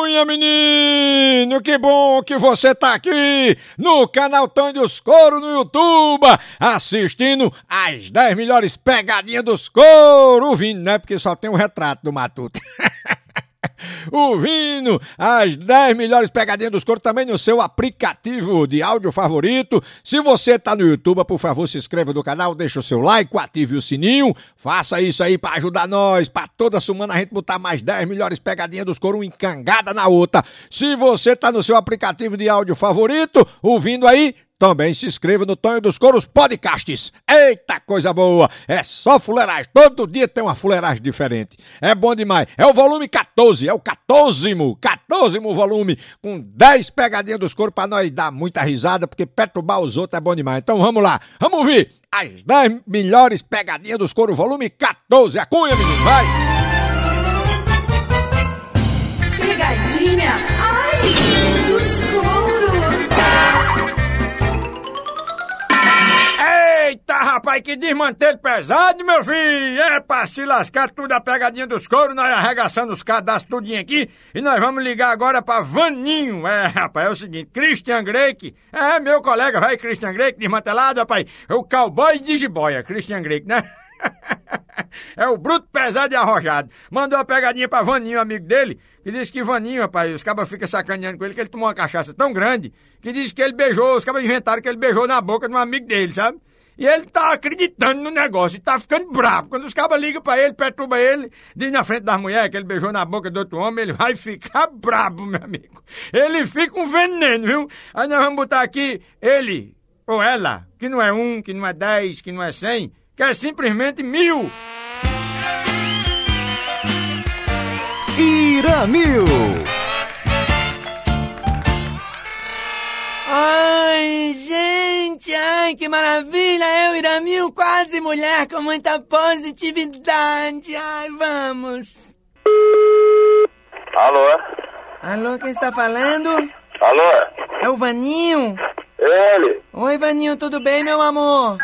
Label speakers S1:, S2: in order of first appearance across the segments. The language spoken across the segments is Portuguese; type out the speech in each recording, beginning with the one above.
S1: Cunha, menino! Que bom que você tá aqui no canal Tão dos Couro no YouTube, assistindo as 10 melhores pegadinhas dos couro vindo, né? Porque só tem um retrato do Matuto. O Vino, as 10 melhores pegadinhas dos coros também no seu aplicativo de áudio favorito. Se você tá no YouTube, por favor, se inscreva no canal, deixa o seu like, ative o sininho. Faça isso aí pra ajudar nós, pra toda semana a gente botar mais 10 melhores pegadinhas dos coros, uma encangada na outra. Se você tá no seu aplicativo de áudio favorito, ouvindo aí, também se inscreva no Tonho dos Coros Podcasts. Eita coisa boa! É só fuleiragem. Todo dia tem uma fuleiragem diferente. É bom demais. É o volume 14, é o 14, 14 volume, com 10 pegadinhas dos coros pra nós dar muita risada, porque perturbar os outros é bom demais. Então vamos lá, vamos ouvir as 10 melhores pegadinhas dos coros, volume 14. A cunha, menino, vai!
S2: Pegadinha, ai, dos couros.
S1: Eita, rapaz, que desmantelho pesado, meu filho! É pra se lascar tudo a pegadinha dos couro, nós arregaçando os cadastros tudinho aqui e nós vamos ligar agora pra Vaninho. É, rapaz, é o seguinte, Christian Greik, é meu colega, vai, Christian Greik, desmantelado, rapaz, é o cowboy de jiboia, Christian Greik, né? É o bruto pesado e arrojado. Mandou uma pegadinha pra Vaninho, amigo dele, que disse que Vaninho, rapaz, os cabas ficam sacaneando com ele, que ele tomou uma cachaça tão grande, que disse que ele beijou, os cabas inventaram que ele beijou na boca de um amigo dele, sabe? E ele tá acreditando no negócio e tá ficando bravo. Quando os cabas ligam pra ele, perturba ele, diz na frente das mulheres que ele beijou na boca do outro homem, ele vai ficar brabo, meu amigo. Ele fica um veneno, viu? Aí nós vamos botar aqui ele ou ela, que não é um, que não é dez, que não é cem, que é simplesmente mil.
S3: Iramil. Ai, gente, ai, que maravilha! Eu, Iramil, quase mulher com muita positividade. Ai, vamos.
S4: Alô?
S3: Alô, quem está falando?
S4: Alô? É
S3: É o Vaninho?
S4: Ele?
S3: Oi, Vaninho, tudo bem, meu amor?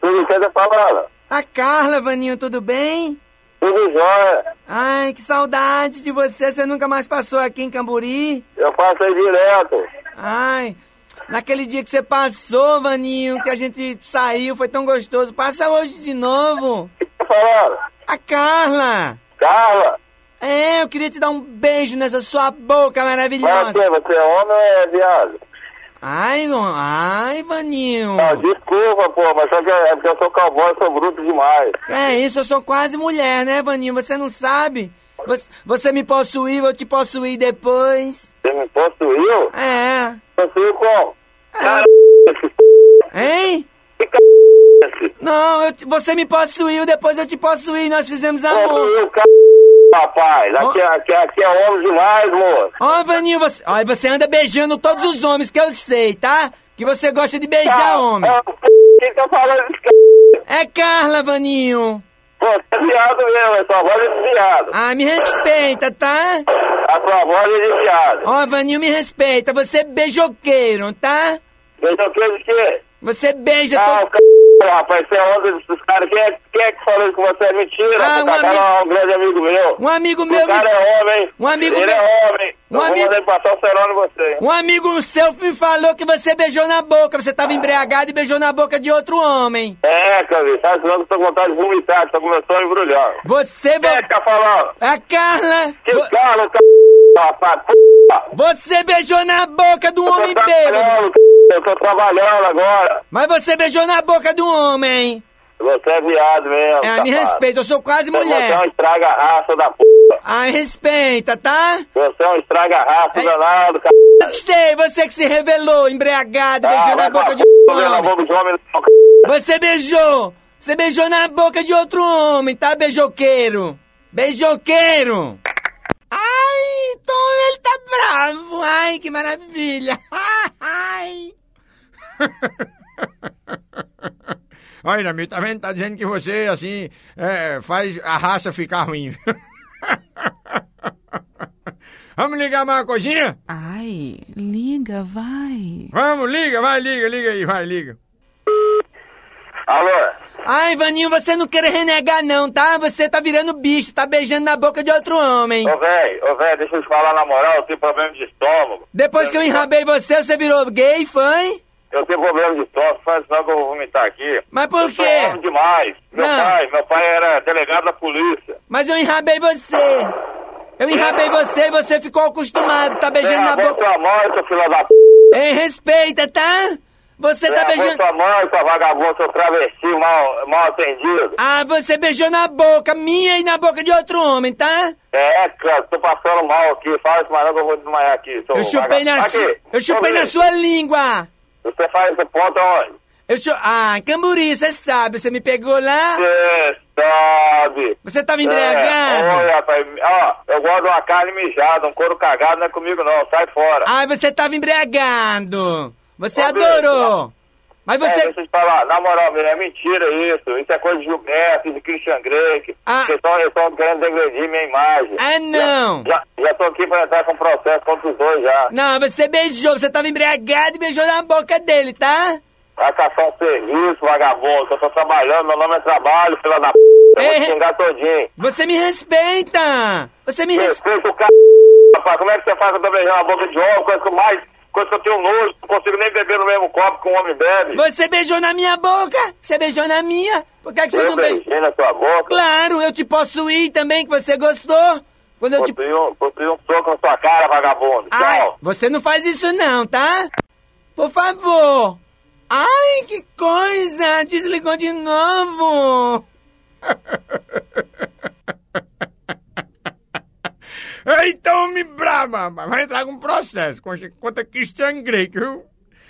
S4: Tudo certo falando?
S3: A Carla, Vaninho, tudo bem?
S4: Tudo jóia?
S3: Ai, que saudade de você. Você nunca mais passou aqui em Camburi?
S4: Eu faço aí direto.
S3: Ai, naquele dia que você passou, Vaninho, que a gente saiu, foi tão gostoso. Passa hoje de novo.
S4: Tá falando?
S3: A Carla!
S4: Carla?
S3: É, eu queria te dar um beijo nessa sua boca
S4: Mas
S3: maravilhosa.
S4: quem? Você é homem ou é viado?
S3: Ai, Van- ai, Vaninho.
S4: Ah, desculpa, pô, mas só que é porque eu sou cowboy, sou bruto demais.
S3: É isso, eu sou quase mulher, né, Vaninho? Você não sabe? Você, você me possuiu, eu te possuí depois.
S4: Você me possuiu?
S3: É.
S4: Possuiu como?
S3: Hein? Não, eu te- você me possuiu, depois eu te possuí, nós fizemos amor.
S4: Possuiu, c... rapaz. Aqui, é- aqui, é- aqui é homem demais, moço.
S3: Ó, Vaninho, você. Ó, e você anda beijando todos os homens que eu sei, tá? Que você gosta de beijar homem.
S4: Ah, p... Quem tá falando desse c...
S3: É Carla, Vaninho.
S4: Pô, você é viado mesmo, é sua voz de viado.
S3: Ah, me respeita, tá?
S4: A sua voz é de viado.
S3: Ó, Vaninho, me respeita. Você é beijoqueiro, tá?
S4: Beijou que de quê?
S3: Você beija
S4: Ah, o
S3: todo.
S4: c... rapaz, você é onda desses caras. Quem é, quem é que falou isso com você? É mentira.
S3: Ah,
S4: o
S3: um
S4: cara é um grande amigo meu.
S3: Um amigo
S4: o
S3: meu. me-
S4: cara é homem.
S3: Um amigo
S4: Ele
S3: meu-
S4: é homem.
S3: Um
S4: eu vou
S3: amigo-
S4: mandar ele passar o cerol em você. hein?
S3: Um amigo seu me falou que você beijou na boca. Você tava embriagado e beijou na boca de outro homem.
S4: É, Camille, sabe senão eu tô com vontade de vomitar. Tô começando a embrulhar.
S3: Você.
S4: Quem é que
S3: Vo...
S4: tá falando?
S3: A Carla.
S4: Que
S3: vo-
S4: cara, c... rapaz. p****.
S3: Você beijou na boca de um
S4: Eu
S3: homem
S4: tô
S3: bêbado.
S4: trabalhando, c... Eu tô trabalhando agora.
S3: Mas você beijou na boca de um homem.
S4: Você é viado mesmo.
S3: Ah,
S4: safado.
S3: me respeita, eu sou quase
S4: Você é um
S3: mulher.
S4: estraga-raça da p...
S3: Ah, respeita, tá?
S4: Você é um estraga-raça
S3: É-
S4: danado, c...
S3: Eu sei, você que se revelou, embriagado, beijou
S4: Ah,
S3: na
S4: vai
S3: boca
S4: pra
S3: de
S4: p****,
S3: um
S4: beijou na
S3: homem.
S4: boca de homem, não, c...
S3: Você beijou. Você beijou na boca de outro homem, tá, beijoqueiro? Beijoqueiro. Ai, então ele tá bravo. Ai, que maravilha. Ai.
S1: Olha, Iramil, tá vendo? Tá dizendo que você, assim, é, faz a raça ficar ruim. Vamos ligar mais uma coisinha?
S5: Ai, liga, vai.
S1: Vamos, liga, vai, liga, liga aí, vai, liga.
S4: Alô?
S3: Ai, Vaninho, você não quer renegar não, tá? Você tá virando bicho, tá beijando na boca de outro homem.
S4: Ô, velho, ô, velho, deixa eu te falar na moral, eu tenho problema de estômago.
S3: Depois que eu enrabei você, você virou gay, foi?
S4: Eu tenho problema de estômago, faz só que eu vou vomitar aqui.
S3: Mas por
S4: Eu sou
S3: quê?
S4: homem demais. Meu
S3: Não.
S4: pai, meu pai era delegado da polícia.
S3: Mas eu enrabei você. Eu enrabei você e você ficou acostumado, tá beijando na
S4: Derrabou
S3: boca.
S4: tua mãe, seu filho da p.
S3: Ei, respeita, tá? Você tá
S4: Derrabou
S3: beijando...
S4: tua mãe, sua vagabunda, seu travesti mal, mal atendido.
S3: Ah, você beijou na boca minha e na boca de outro homem, tá?
S4: É, cara, tô passando mal aqui. Fala isso, mas não que eu vou desmaiar aqui. seu
S3: Eu chupei na,
S4: vagabundo.
S3: su-
S4: Aqui,
S3: eu chupei na
S4: Rodrigo,
S3: sua língua.
S4: Você faz esse ponto onde?
S3: Eu chu... Ah, Camburi, você sabe, você me pegou lá.
S4: Você sabe.
S3: Você tava
S4: É,
S3: embriagado.
S4: olha, rapaz, ó, eu gosto de uma carne mijada, um couro cagado não é comigo não, sai fora.
S3: Ah, você tava embriagado. Você
S4: Ô, bicho,
S3: adorou. Mas
S4: É,
S3: você...
S4: deixa eu te falar, na moral, mesmo, é mentira isso. Isso é coisa de Gilberto, de Christian Grey.
S3: Ah.
S4: Vocês estão querendo degredir minha imagem.
S3: Ah, não.
S4: Já, já tô aqui pra entrar com processo contra os dois já.
S3: Não, você beijou, você tava embriagado e beijou na boca dele, tá?
S4: Vai caçar um serviço, vagabundo. Eu tô trabalhando, meu nome é trabalho, filha da p. Eu vou
S3: Ei,
S4: te xingar todinho.
S3: Você me respeita. Você me respeita.
S4: Respeita o cara, rapaz. Como é que você faz que eu tô beijando a boca de homem? Coisa que eu mais. Coisa que eu tenho nojo, não consigo nem beber no mesmo copo que um homem bebe.
S3: Você beijou na minha boca. Você beijou na minha. Por que, que você
S4: Eu
S3: não beijou?
S4: beijei na sua boca.
S3: Claro, eu te possuí também, que você gostou. Quando eu te.
S4: Botei um, botei um soco na sua cara, vagabundo.
S3: Ai,
S4: Tchau.
S3: você não faz isso não, tá? Por favor. Ai, que coisa! Desligou de novo.
S1: Então me brava, mas vai entrar com processo contra contra Christian Grey, é um viu?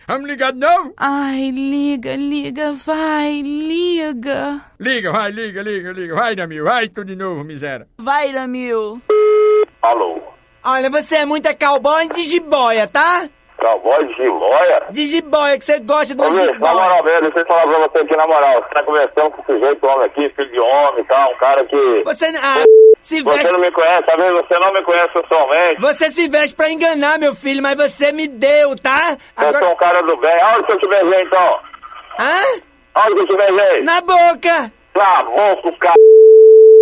S1: Vamos ligar de novo?
S6: Ai, liga, liga, vai, liga.
S1: Liga, vai, liga, liga, liga. Vai, Namil, vai tu de novo, miséria.
S6: Vai, Ramil.
S4: Alô.
S3: Olha, você é muita cowboy de jiboia, tá?
S4: Cowboy de jiboia?
S3: De jiboia, que você gosta de
S4: Ô,
S3: uma
S4: bicho, na
S3: jiboia.
S4: moral mesmo, deixa eu falar pra você aqui, na moral. Você tá conversando com um sujeito homem aqui, filho de homem e tal, um cara que...
S3: Você. Ah, se
S4: Você não
S3: veste.
S4: me conhece, talvez você não é? me conhece um pessoalmente.
S3: Você se veste pra enganar, meu filho, mas você me deu, tá?
S4: Eu sou um cara do bem. Olha se eu te beijei, então.
S3: Hã?
S4: Olha se eu te beijei.
S3: Na boca!
S4: Tá bom com o c...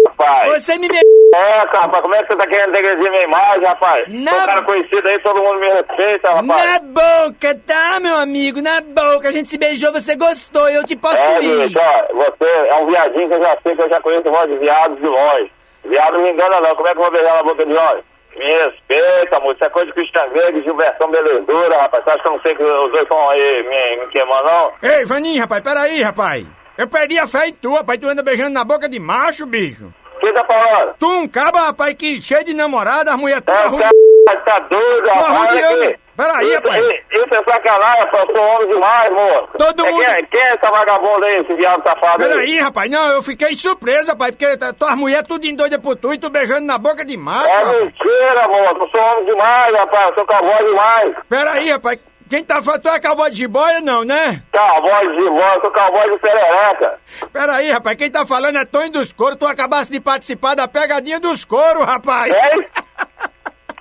S4: rapaz.
S3: Você me. be-
S4: É, rapaz, como é que você tá querendo degredir minha imagem, rapaz?
S3: Não.
S4: Sou um cara conhecido aí, todo mundo me respeita, rapaz.
S3: Na boca, tá, meu amigo? Na boca. A gente se beijou, você gostou, eu te
S4: É,
S3: possuí.
S4: bicho, ó, você é um viadinho que eu já sei, que eu já conheço voz de viado de longe. Viado não me engana não, como é que eu vou beijar na boca de longe? Me respeita, moço, isso é coisa de Christian Greg, Gilbertão Belezura, rapaz, você acha que eu não sei que os dois estão aí me, me queimando não?
S1: Ei, Vaninho, rapaz, peraí, rapaz. Eu perdi a fé em tu, rapaz. Tu anda beijando na boca de macho, bicho.
S4: Quem tá falando?
S1: Tu um caba, rapaz, que cheio de namorada, as mulheres
S4: É,
S1: todas
S4: o cara
S1: arrumadas.
S4: tá doido, rapaz, olha
S1: arrodeando.
S4: aqui.
S1: Peraí,
S4: Isso-
S1: rapaz.
S4: i- Isso é sacanagem, rapaz, eu sou homem demais, moço.
S1: Todo
S4: é,
S1: mundo-
S4: Quem, quem é essa vagabunda aí, esse viado safado aí?
S1: Peraí, Tá rapaz, não, eu fiquei surpresa, rapaz, porque t- tuas mulheres tudo em doida por tu e tu beijando na boca de macho,
S4: É
S1: rapaz.
S4: mentira, moço, eu sou homem demais, rapaz, eu sou cowboy demais.
S1: Peraí, rapaz, quem tá falando, tu é cowboy de jiboia, não, né?
S4: Cowboy de bola, eu sou cowboy de perereca.
S1: Peraí, rapaz, quem tá falando é Tony dos Couro, tu acabaste de participar da pegadinha dos couro, rapaz.
S4: Hein?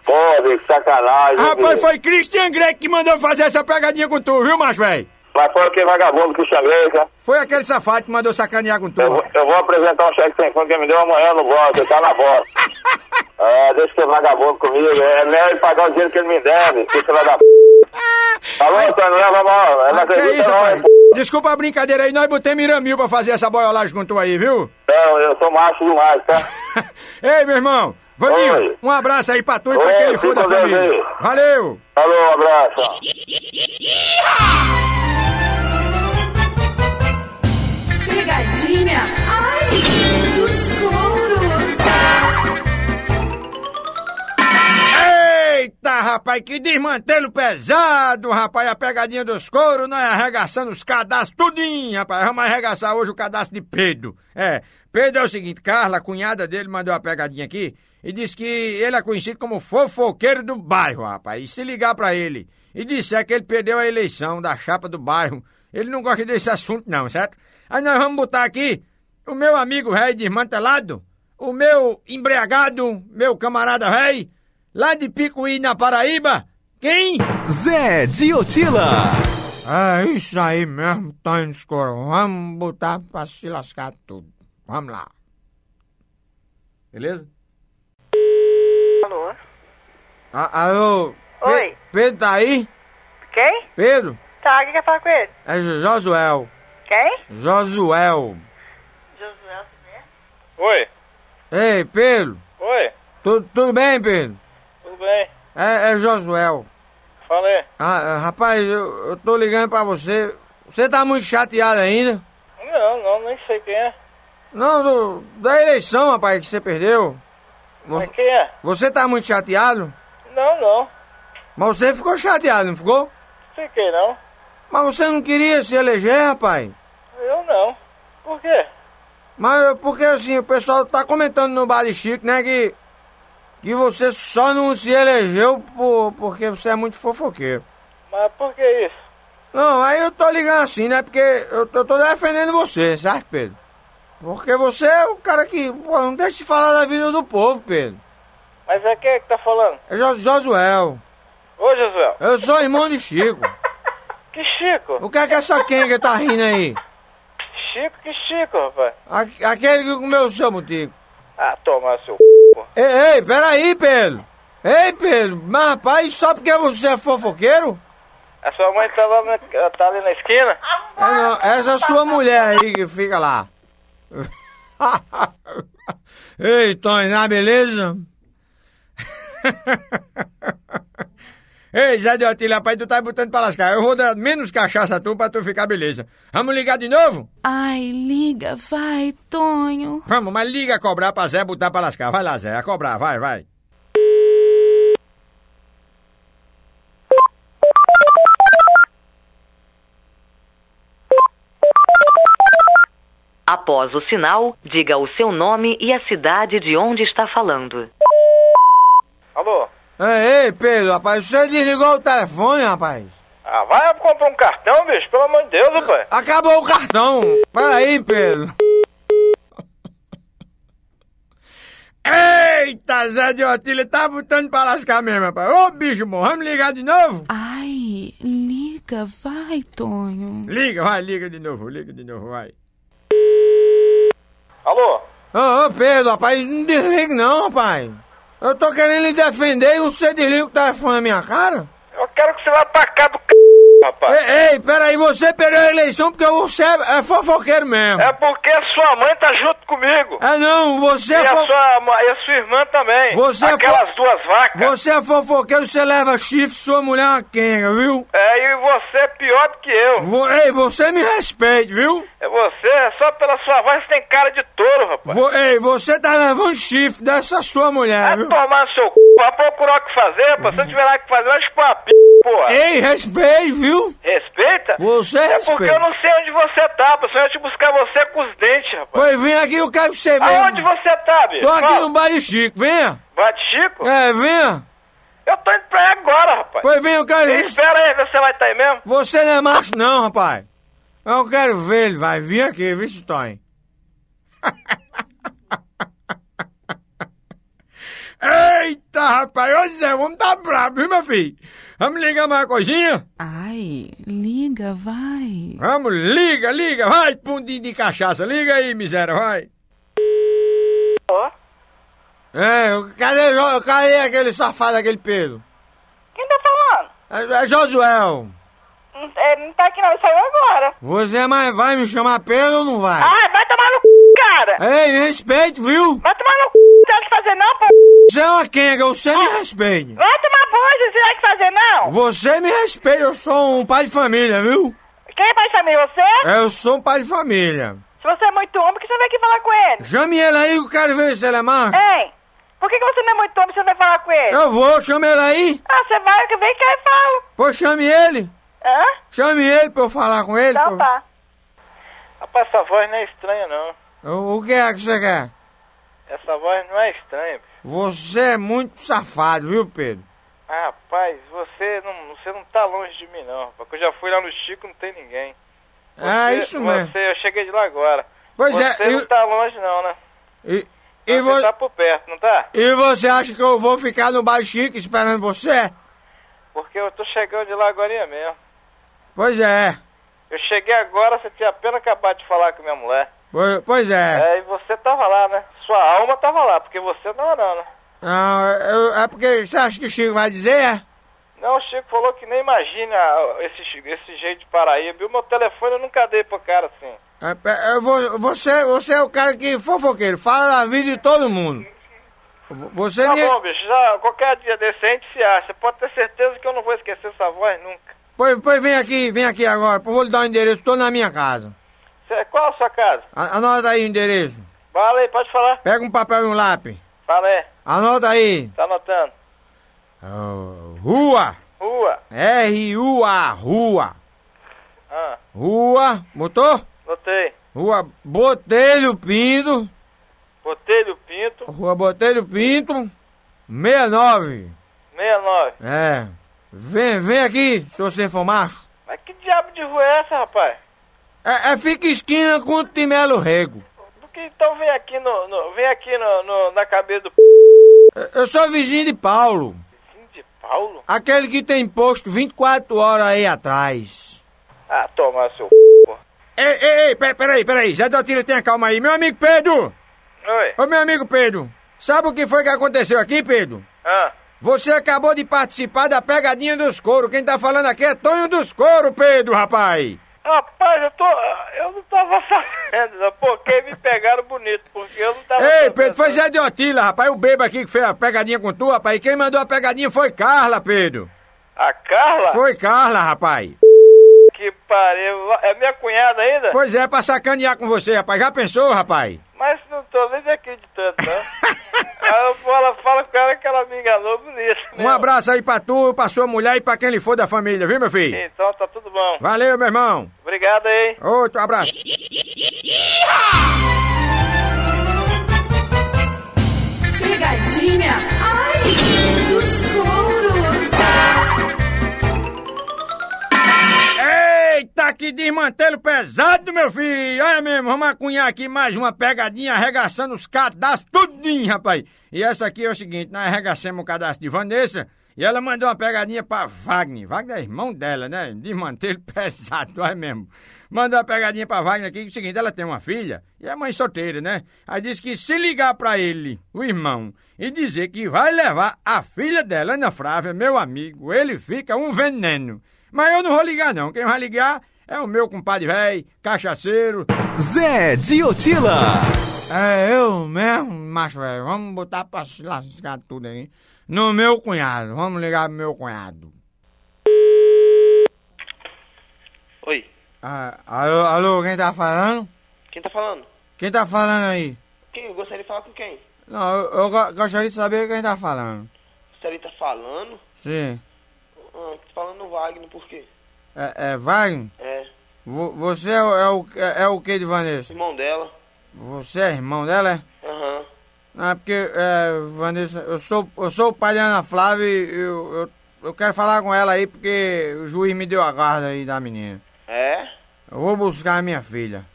S4: Pô, bicho, sacanagem. hein,
S1: Rapaz,
S4: bicho.
S1: foi Christian Greg que mandou fazer essa pegadinha com tu, viu, macho, velho?
S4: Mas foi aquele vagabundo que chamei, tá? É, cara.
S1: Foi aquele safado que mandou sacanear com tu.
S4: Eu, vou- eu vou apresentar um cheque sem fundo que me deu amanhã no bolso, ele tá na bosta. É, deixa esse vagabundo comigo. É melhor ele pagar o dinheiro que ele me deve, que filho da p. Alô, Antônio, não leva mal. Eu não
S1: Ah, que
S4: acredito,
S1: é isso,
S4: não,
S1: rapaz?
S4: hein, p***.
S1: Desculpa a brincadeira aí, nós botei Miramil pra fazer essa boiolagem com tu aí, viu?
S4: Não, eu sou macho demais, tá?
S1: Ei, meu irmão, Vaninho,
S4: Oi.
S1: um abraço aí pra tu e pra
S4: Oi,
S1: aquele fã da
S4: fica bem
S1: família.
S4: aí.
S1: Valeu!
S4: Alô, um abraço.
S2: Pegadinha, ai, dos couros.
S1: Eita, rapaz, que desmantelo pesado, rapaz, a pegadinha dos couro, nós arregaçando os cadastros tudinho, rapaz, vamos arregaçar hoje o cadastro de Pedro. É, Pedro é o seguinte, Carla, a cunhada dele, mandou uma pegadinha aqui e disse que ele é conhecido como fofoqueiro do bairro, rapaz, e se ligar pra ele e disser que ele perdeu a eleição da chapa do bairro, ele não gosta desse assunto não, certo? Aí nós vamos botar aqui o meu amigo velho desmantelado, o meu embriagado, meu camarada velho, lá de Picuí, na Paraíba, quem?
S7: Zé Diotila.
S1: É isso aí mesmo, Tonho Escuro. Vamos botar pra se lascar tudo. Vamos lá. Beleza?
S8: Alô?
S1: A- alô? Pe-
S8: Oi?
S1: Pedro tá aí?
S8: Quem?
S1: Pedro?
S8: Tá, quem quer falar com ele?
S1: É Jo- Josuel.
S8: Quem?
S1: Josuel.
S8: Josué.
S9: Oi,
S1: Ei, Pedro.
S9: oi,
S1: Tu, tudo bem, Pedro?
S9: tudo bem?
S1: É, é Josuel.
S9: Fala aí.
S1: Ah, ah, rapaz, eu, eu tô ligando pra você. Você tá muito chateado ainda?
S9: Não, não, nem sei quem é.
S1: Não, do- da eleição, rapaz, que você perdeu.
S9: Mas
S1: Você,
S9: quem é?
S1: você tá muito chateado?
S9: Não, não,
S1: Mas você ficou chateado, não ficou?
S9: sei quem não.
S1: Mas você não queria se eleger, rapaz?
S9: Eu não. Por quê?
S1: Mas é porque assim, o pessoal tá comentando no Bale Chico, né, que, que você só não se elegeu por, porque você é muito fofoqueiro.
S9: Mas por que isso?
S1: Não, aí eu tô ligando assim, né, porque eu, tô- eu tô defendendo você, certo, Pedro? Porque você é o cara que, pô, não deixa de falar da vida do povo, Pedro.
S9: Mas é quem é que tá falando?
S1: É Jo- Josuel.
S9: Ô, Josué,
S1: Eu sou irmão de Chico.
S9: que Chico?
S1: O que é que essa quenga tá rindo aí?
S9: Chico, que Chico, rapaz.
S1: A- aquele que comeu o seu motivo.
S9: Ah, toma seu c...
S1: Ei, ei, peraí, Pedro. Ei, Pedro, mas rapaz, só porque você é fofoqueiro?
S9: A sua mãe tá lá na, tá ali na esquina?
S1: É, não, essa é a sua mulher aí que fica lá. Ei, Tony, na beleza? Ei, Zé de Otília, rapaz, tu tá botando pra lascar. Eu vou dar menos cachaça a tu pra tu ficar beleza. Vamos ligar de novo?
S10: Ai, liga, vai, Tonho.
S1: Vamos, mas liga a cobrar pra Zé botar pra lascar. Vai lá, Zé, a cobrar, vai, vai.
S11: Após o sinal, diga o seu nome e a cidade de onde está falando.
S9: Alô?
S1: É, Ei, ei, Pedro, rapaz, você desligou o telefone, rapaz.
S9: Ah, vai comprar um cartão, bicho, pelo amor de Deus, rapaz.
S1: Acabou o cartão. Peraí, Pedro. Eita, Zé de Otília, tá botando pra lascar mesmo, rapaz. Ô, bicho bom, vamos ligar de novo?
S10: Ai, liga, vai, Tonho.
S1: Liga, vai, liga de novo, liga de novo, vai.
S9: Alô?
S1: Ô, ô, Pedro, rapaz, não desliga não, rapaz. Eu tô querendo lhe defender e você desliga o telefone na minha cara?
S9: Eu quero que você vá atacar do c... rapaz.
S1: Ei, ei, peraí, você perdeu a eleição porque você é é fofoqueiro mesmo.
S9: É porque sua mãe tá junto comigo.
S1: É não, você
S9: E
S1: é
S9: a
S1: fofoqueiro.
S9: sua, ma- e a sua irmã também.
S1: Você é
S9: Aquelas
S1: fo-
S9: duas vacas.
S1: Você é fofoqueiro, você leva chifre, sua mulher é uma quenga, viu?
S9: É, e você é pior do que eu.
S1: Vo- ei, você me respeite, viu?
S9: É Você, é só pela sua voz, você tem cara de touro, rapaz.
S1: Vo- ei, você tá levando chifre dessa sua mulher,
S9: Vai
S1: viu?
S9: tomar no seu c... Vai procurar o que fazer, rapaz. Se não tiver nada o que fazer, vai chupar a p... porra.
S1: Ei, respeite, viu?
S9: Respeita?
S1: Você
S9: é porque
S1: respeita.
S9: eu não sei onde você tá, pessoal. Eu ia te buscar você com os dentes, rapaz.
S1: Pois vem aqui, eu quero que você venha.
S9: Aonde você tá, bicho?
S1: Tô aqui
S9: Fala.
S1: no Bar de Chico, venha.
S9: Bate Chico?
S1: É, venha.
S9: Eu tô indo pra aí agora, rapaz.
S1: Pois vem, eu quero...
S9: Me Espera aí, você vai
S8: tá
S9: estar aí mesmo?
S1: Você não é macho não, rapaz. Eu quero ver, ele vai vir aqui, viu, Tonho? Eita, rapaz, ô Zé, o homem tá brabo, viu, meu filho? Vamos ligar mais uma coisinha?
S10: Ai, liga, vai.
S1: Vamos, liga, liga, vai, pundinho de cachaça, liga aí, miséria, vai.
S8: Alô?
S1: É, eu- cadê, Jo- cadê aquele safado, aquele Pedro?
S8: Quem tá falando?
S1: É, é Josuel.
S8: Não, é, não tá aqui não, ele saiu agora.
S1: Você mas vai me chamar Pedro ou não vai?
S8: Ai, vai tomar no c, cara!
S1: Ei, me respeite, viu?
S8: Vai tomar no c, não tem o que fazer não, pô!
S1: Você é uma quenga, você me respeite.
S8: Vai tomar bucha, você não tem o que fazer não!
S1: Você me respeita, eu sou um pai de família, viu?
S8: Quem vai chamar você?
S1: Eu sou um pai de família.
S8: Se você é muito homem, por que você não vem aqui falar com ele?
S1: Chame ele aí, eu quero ver se ele é macho.
S8: Hein? Por que, que você não é muito homem e você não vai falar com ele?
S1: Eu vou, chame ele aí.
S8: Ah, você vai, que vem cá e fala.
S1: Pô, chame ele.
S8: Hã?
S1: Chame ele pra eu falar com ele.
S8: Então
S1: pra-
S8: tá.
S9: Rapaz, essa voz não é estranha, não.
S1: O, o que é que você quer?
S9: Essa voz não é estranha. bicho.
S1: Você é muito safado, viu, Pedro?
S9: Ah, rapaz, você não, você não tá longe de mim, não, rapaz. que Eu já fui lá no Chico, não tem ninguém.
S1: é
S9: Você-
S1: isso mesmo.
S9: Você, eu cheguei de lá agora.
S1: Pois
S9: você
S1: é,
S9: Você não
S1: eu-
S9: tá longe, não, né?
S1: E, e,
S9: você
S1: vo-
S9: tá por perto, não tá?
S1: e você acha que eu vou ficar no Baixo Chico esperando você?
S9: Porque eu tô chegando de lá agora mesmo.
S1: Pois é.
S9: Eu cheguei agora, você tinha apenas acabado de falar com minha mulher.
S1: Pois, pois é.
S9: É, e você tava lá, né? Sua alma tava lá, porque você não era, né?
S1: Não, eu- é porque você acha que o Chico vai dizer? é?
S9: Não, o Chico falou que nem imagina ah, esse, chi- esse jeito de Paraíba. E o meu telefone eu nunca dei pro cara assim.
S1: É, pe- eu vou- Você, você é o cara que fofoqueiro, fala da vida de todo mundo. Vo- Você
S9: Tá
S1: nem.
S9: bom, bicho, já qualquer dia decente se acha. Pode ter certeza que eu não vou esquecer essa voz nunca.
S1: Pois, pois vem aqui, vem aqui agora, eu vou lhe dar o endereço, tô na minha casa.
S9: Cê- qual a sua casa?
S1: A- Anota aí o endereço.
S9: Fala aí, pode falar.
S1: Pega um papel e um lápis.
S9: Fala aí,
S1: Anota aí.
S9: tá anotando.
S1: Ah, Rua.
S9: Rua.
S1: R-U-A. Rua.
S9: Ah,
S1: Rua. Botou?
S9: anotei.
S1: Rua Botelho Pinto.
S9: Botelho Pinto,
S1: Rua Botelho Pinto. 69.
S9: 69.
S1: É. Vem, vem aqui, se você for macho.
S9: Mas que diabo de rua é essa, rapaz?
S1: É, é, fica esquina com o Timelo Rego.
S9: Porque então vem aqui no. no- vem aqui no, no- na cabeça do p
S1: É, Eu sou vizinho de Paulo.
S9: de Paulo?
S1: Aquele que tem posto 24 horas aí atrás.
S9: Ah, toma seu
S1: Ei, ei, ei, pe- peraí, peraí. Zé Dotilho, tenha calma aí. Meu amigo Pedro!
S9: p. Oi.
S1: Ô, meu amigo Pedro, sabe o que foi que aconteceu aqui, Pedro?
S9: Ah,
S1: Você acabou de participar da pegadinha dos couro. Quem tá falando aqui é Tonho dos couro, Pedro, rapaz.
S9: rapaz, eu tô. Eu não tava sabendo, não. Pô, quem me pegaram bonito, porque eu não tava.
S1: Ei,
S9: sabendo.
S1: Pedro, foi Zé de Otila, rapaz. O bebo aqui que fez a pegadinha com tu, rapaz. E quem mandou a pegadinha foi Carla, Pedro.
S9: A Carla?
S1: Foi Carla, rapaz.
S9: Que pariu. É minha cunhada ainda?
S1: Pois é, pra sacanear com você, rapaz. Já pensou, rapaz?
S9: Mas não tô nem acreditando, não. Aí eu falo, falo com ela que ela me enganou bonito. né?
S1: Um abraço aí pra tu, pra sua mulher e pra quem lhe for da família, viu, meu filho?
S9: Então tá tudo bom.
S1: Valeu, meu irmão.
S9: Obrigado aí.
S1: Outro abraço.
S2: Pegadinha, ai, dos touros.
S1: Eita, que desmantelo pesado, meu filho! Olha mesmo, vamos acunhar aqui mais uma pegadinha, arregaçando os cadastros, tudinho, rapaz! E essa aqui é o seguinte, nós arregacemos o cadastro de Vanessa, e ela mandou uma pegadinha pra Wagner. Wagner é irmão dela, né? Desmantelo pesado, olha mesmo. Mandou uma pegadinha pra Wagner aqui, que é o seguinte, ela tem uma filha, e é mãe solteira, né? Aí disse que se ligar pra ele, o irmão, e dizer que vai levar a filha dela, Ana Frávia, meu amigo, ele fica um veneno. Mas eu não vou ligar, não. Quem vai ligar é o meu compadre velho, cachaceiro.
S12: Zé Diotila.
S1: É eu mesmo, macho velho. Vamos botar pra se lascar tudo aí. No meu cunhado. Vamos ligar pro meu cunhado.
S13: Oi,
S1: Ah, alô, alô, quem tá falando?
S13: quem tá falando?
S1: Quem tá falando aí?
S13: Quem? Eu gostaria de falar com quem?
S1: Não, eu, eu go- gostaria de saber quem tá falando.
S13: Você ali tá falando?
S1: Sim.
S13: Ah, tô falando o Wagner, por quê?
S1: É, é Wagner?
S13: É,
S1: Vo- Você é, o- é o, é, é o que de Vanessa?
S13: irmão dela.
S1: Você é irmão dela, é?
S13: Aham.
S1: Não, é porque, é, Vanessa, eu sou, eu sou o pai da Ana Flávia e eu, eu, eu quero falar com ela aí porque o juiz me deu a guarda aí da menina.
S13: É?
S1: Eu vou buscar a minha filha.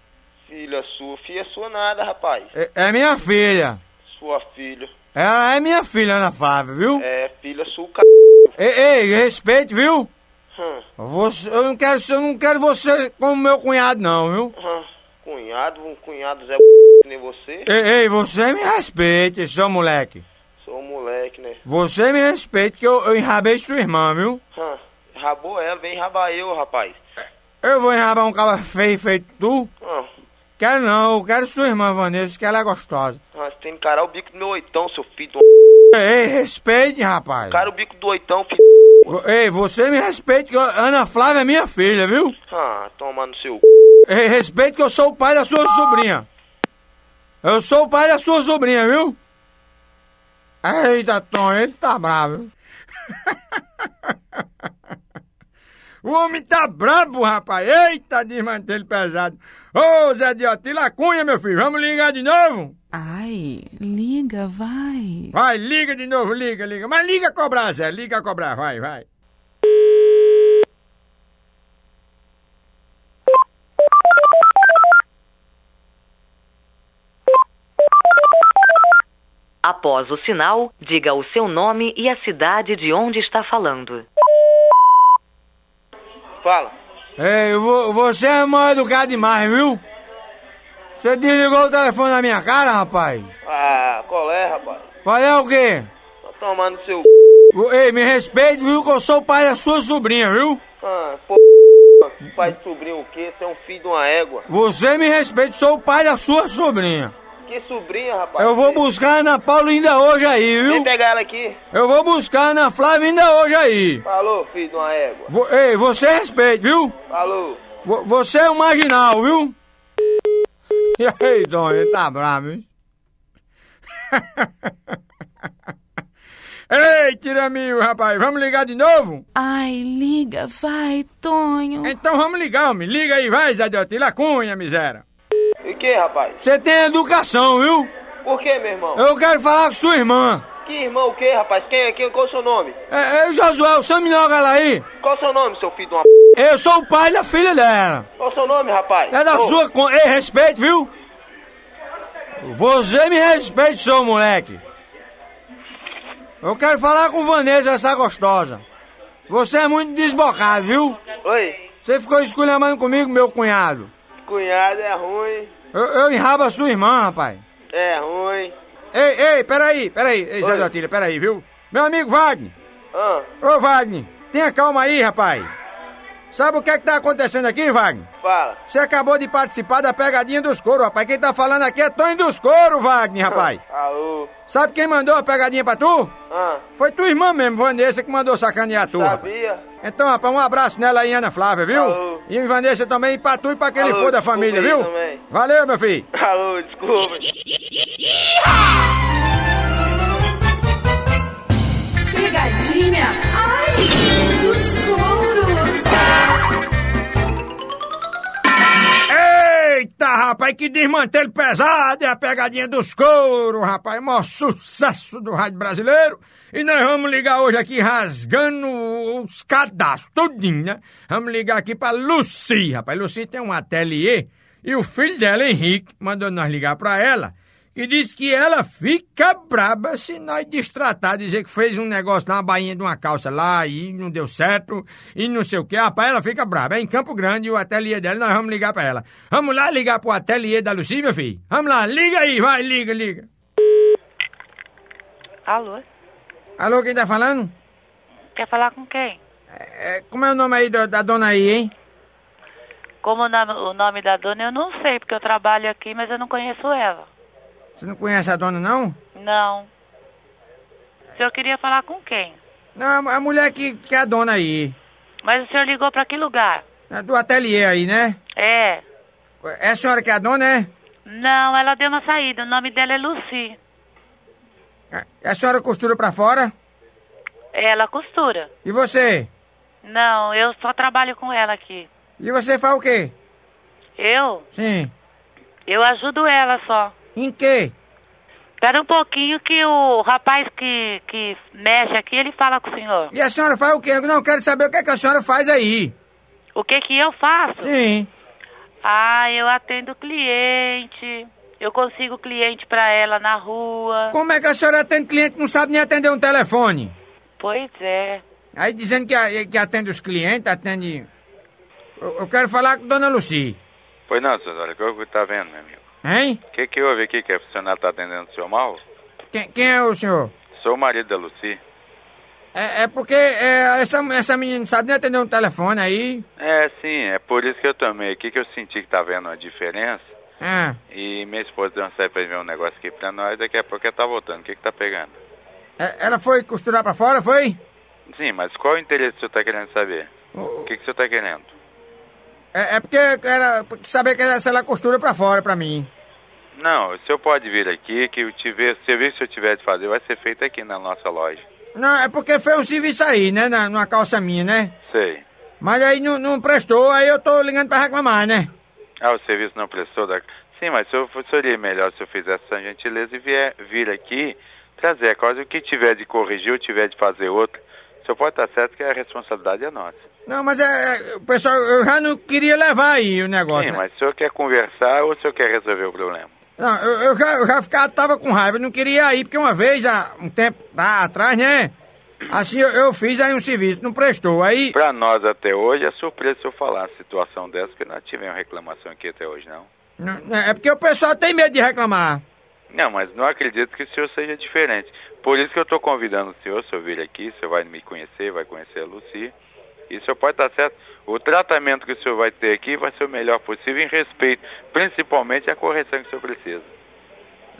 S13: Filha sua. Filha sua nada, rapaz.
S1: É, é minha filha.
S13: Sua filha.
S1: Ela é minha filha, Ana Flávia, viu?
S13: É, filha sua, c...
S1: Ei, ei, respeite, viu?
S13: Hum,
S1: Você, eu não quero, eu não quero você como meu cunhado, não, viu?
S13: hum. Cunhado, um cunhado Zé que nem você.
S1: Ei, ei, você me respeite, seu moleque.
S13: Sou um moleque, né?
S1: Você me respeite que eu, eu enrabei sua irmã, viu?
S13: Hum. Rabou ela, vem rabar eu, rapaz.
S1: Eu vou enrabar um cara feio feito tu.
S13: Hum.
S1: Quero não, eu quero sua irmã, Vanessa, que ela é gostosa.
S13: Ah, você tem que encarar o bico do meu oitão, seu filho. do-
S1: Ei, respeite, rapaz.
S13: Encara o bico do oitão, filho.
S1: Vo- Ei, você me respeite, que eu- Ana Flávia é minha filha, viu?
S13: Ah, toma no seu c...
S1: Ei, respeite que eu sou o pai da sua sobrinha. Eu sou o pai da sua sobrinha, viu? Eita, Tom, ele tá bravo. o homem tá brabo, rapaz. Eita, desmantelho pesado. Ô, Zé Diotila Cunha, meu filho, vamos ligar de novo?
S10: Ai, liga, vai.
S1: Vai, liga de novo, liga, liga. Mas liga a cobrar, Zé, liga a cobrar, vai, vai.
S11: Após o sinal, diga o seu nome e a cidade de onde está falando.
S13: Fala.
S1: Ei, vo- você é mal educado demais, viu? Você desligou o telefone na minha cara, rapaz?
S13: Ah, qual é, rapaz?
S1: Qual é o quê?
S13: Tô tomando seu.
S1: Ô, Ei, me respeite, viu? Que eu sou o pai da sua sobrinha, viu?
S13: Ah, pô. Pai de sobrinho o quê? Você é um filho de uma égua.
S1: Você me respeite, sou o pai da sua sobrinha.
S13: Que sobrinha, rapaz?
S1: Eu vou buscar a Ana Paula ainda hoje aí,
S13: Vem
S1: viu?
S13: pegar ela aqui.
S1: Eu vou buscar a Ana Flávia ainda hoje aí.
S13: Falou, filho de uma égua.
S1: Vo- Ei, você respeite, viu?
S13: Falou.
S1: Vo- Você é um marginal, viu? E aí, Dom, ele tá bravo, hein? Ei, tiraminho, rapaz, vamos ligar de novo?
S10: Ai, liga, vai, Tonho.
S1: Então vamos ligar, homem. Liga aí, vai, Zé Deotila Cunha, miséria.
S13: E que, rapaz?
S1: Você tem educação, viu?
S13: Por que, meu irmão?
S1: Eu quero falar com sua irmã.
S13: Que irmão o quê, rapaz? Quem é quem? Qual o seu nome?
S1: É, é o Josué, o Saminoga, ela aí.
S13: Qual o seu nome, seu filho de uma
S1: Eu sou o pai da filha dela.
S13: Qual o seu nome, rapaz?
S1: É da
S13: Ô,
S1: sua conta. Ei, respeito, viu? Você me respeite, seu moleque. Eu quero falar com Vanessa, essa gostosa. Você é muito desbocado, viu?
S13: Oi,
S1: Você ficou esculhambando comigo, meu cunhado.
S13: cunhado é ruim,
S1: Eu, eu enrabo a sua irmã, rapaz.
S13: é ruim.
S1: Ei, ei, peraí, peraí. Ei, Zé
S13: Oi.
S1: Dotilha, peraí, viu? Meu amigo Wagner.
S13: Ah,
S1: Ô, Wagner, tenha calma aí, rapaz. Sabe o que é que tá acontecendo aqui, Wagner?
S13: fala.
S1: Você acabou de participar da pegadinha dos couro, rapaz. Quem tá falando aqui é Tonho dos couro, Wagner, rapaz.
S13: Ah, Alô,
S1: Sabe quem mandou a pegadinha pra tu?
S13: ah,
S1: Foi tua irmã mesmo, Vanessa, que mandou sacanear tu. rapaz.
S13: sabia?
S1: Então, rapaz, um abraço nela aí, Ana Flávia, viu?
S13: Alô.
S1: E Vanessa também, e pra tu e pra quem ele
S13: Alô,
S1: for da
S13: desculpa
S1: família,
S13: aí
S1: viu?
S13: também.
S1: Valeu, meu filho.
S13: Alô, desculpa.
S2: Pegadinha, ai, dos touros.
S1: Eita, rapaz, que desmantelho pesado! É a pegadinha dos couro, rapaz. Maior sucesso do rádio brasileiro. E nós vamos ligar hoje aqui rasgando os cadastros, tudinho, né? Vamos ligar aqui pra Lucy, rapaz. Lucy tem um ateliê e o filho dela, Henrique, mandou nós ligar pra ela e disse que ela fica braba se nós destratar, dizer que fez um negócio na bainha de uma calça lá e não deu certo e não sei o que. Rapaz, ela fica braba. É em Campo Grande o ateliê dela, nós vamos ligar pra ela. Vamos lá ligar pro ateliê da Lucy, meu filho? Vamos lá, liga aí, vai, liga, liga.
S14: Alô?
S1: Alô, quem tá falando?
S14: Quer falar com quem?
S1: É, como é o nome aí do- da dona aí, hein?
S14: Como o nome, o nome da dona eu não sei, porque eu trabalho aqui, mas eu não conheço ela.
S1: Você não conhece a dona, não?
S14: Não. O senhor queria falar com quem?
S1: Não, a mulher que, que é a dona aí.
S14: Mas o senhor ligou pra que lugar?
S1: né, Do ateliê aí, né?
S14: É.
S1: É a senhora que é a dona, é?
S14: Não, ela deu uma saída. O nome dela é Lucy.
S1: É A senhora costura pra fora?
S14: É, Ela costura.
S1: E você?
S14: Não, eu só trabalho com ela aqui.
S1: E você faz o quê?
S14: Eu?
S1: Sim.
S14: Eu ajudo ela só.
S1: Em quê?
S14: Espera um pouquinho que o rapaz que, que mexe aqui, ele fala com o senhor.
S1: E a senhora faz o quê? Eu não quero saber o que, é que a senhora faz aí.
S14: O que que eu faço?
S1: Sim.
S14: Ah, eu atendo cliente. Eu consigo cliente pra ela na rua.
S1: Como é que a senhora atende cliente que não sabe nem atender um telefone?
S14: Pois é.
S1: Aí dizendo que, a- que atende os clientes, atende. Eu, eu quero falar com Dona Luci.
S15: Pois não, senhor, olha, o que eu tá vendo, meu amigo?
S1: Hein?
S15: O que que houve aqui que a funcionária tá atendendo o seu mal?
S1: Quem, quem é o senhor?
S15: Sou o marido da Lucy.
S1: É, é porque é, essa, essa menina não sabe nem atender um telefone aí.
S15: É, sim, é por isso que eu tomei aqui, que eu senti que tá vendo uma diferença.
S1: Ah,
S15: E minha esposa deu uma saída pra ver um negócio aqui pra nós, daqui a pouco ela tá voltando. O que que tá pegando?
S1: é- ela foi costurar pra fora, foi?
S15: Sim, mas qual o interesse que o senhor tá querendo saber?
S1: O-
S15: O que que o senhor tá querendo?
S1: É, é porque eu quero saber que ela, se ela costura pra fora pra mim.
S15: Não, o senhor pode vir aqui, que eu tiver, o serviço que eu tiver de fazer vai ser feito aqui na nossa loja.
S1: Não, é porque foi um serviço aí, né? Na, numa calça minha, né?
S15: Sei.
S1: Mas aí não, não prestou, aí eu tô ligando pra reclamar, né?
S15: Ah, o serviço não prestou da... Sim, mas se eu fosse- seria melhor se eu fizesse essa gentileza e vier, vir aqui trazer a causa. O que tiver de corrigir ou tiver de fazer outro, o senhor pode estar certo que a responsabilidade é nossa.
S1: Não, mas é, é, o pessoal, eu já não queria levar aí o negócio.
S15: Sim,
S1: né?
S15: mas o senhor quer conversar ou o senhor quer resolver o problema?
S1: Não, eu, eu já, eu já ficava, tava com raiva, eu não queria ir, porque uma vez, há um tempo tá, atrás, né? Assim, eu, eu fiz aí um serviço, não prestou. Aí.
S15: Pra nós até hoje é surpresa se eu falar a situação dessa, porque nós tivemos reclamação aqui até hoje, não.
S1: Não, não, É porque o pessoal tem medo de reclamar.
S15: Não, mas não acredito que o senhor seja diferente. Por isso que eu estou convidando o senhor, o senhor vir aqui, o senhor vai me conhecer, vai conhecer a Lucy. E o senhor pode estar certo. O tratamento que o senhor vai ter aqui vai ser o melhor possível em respeito, principalmente à correção que o senhor precisa.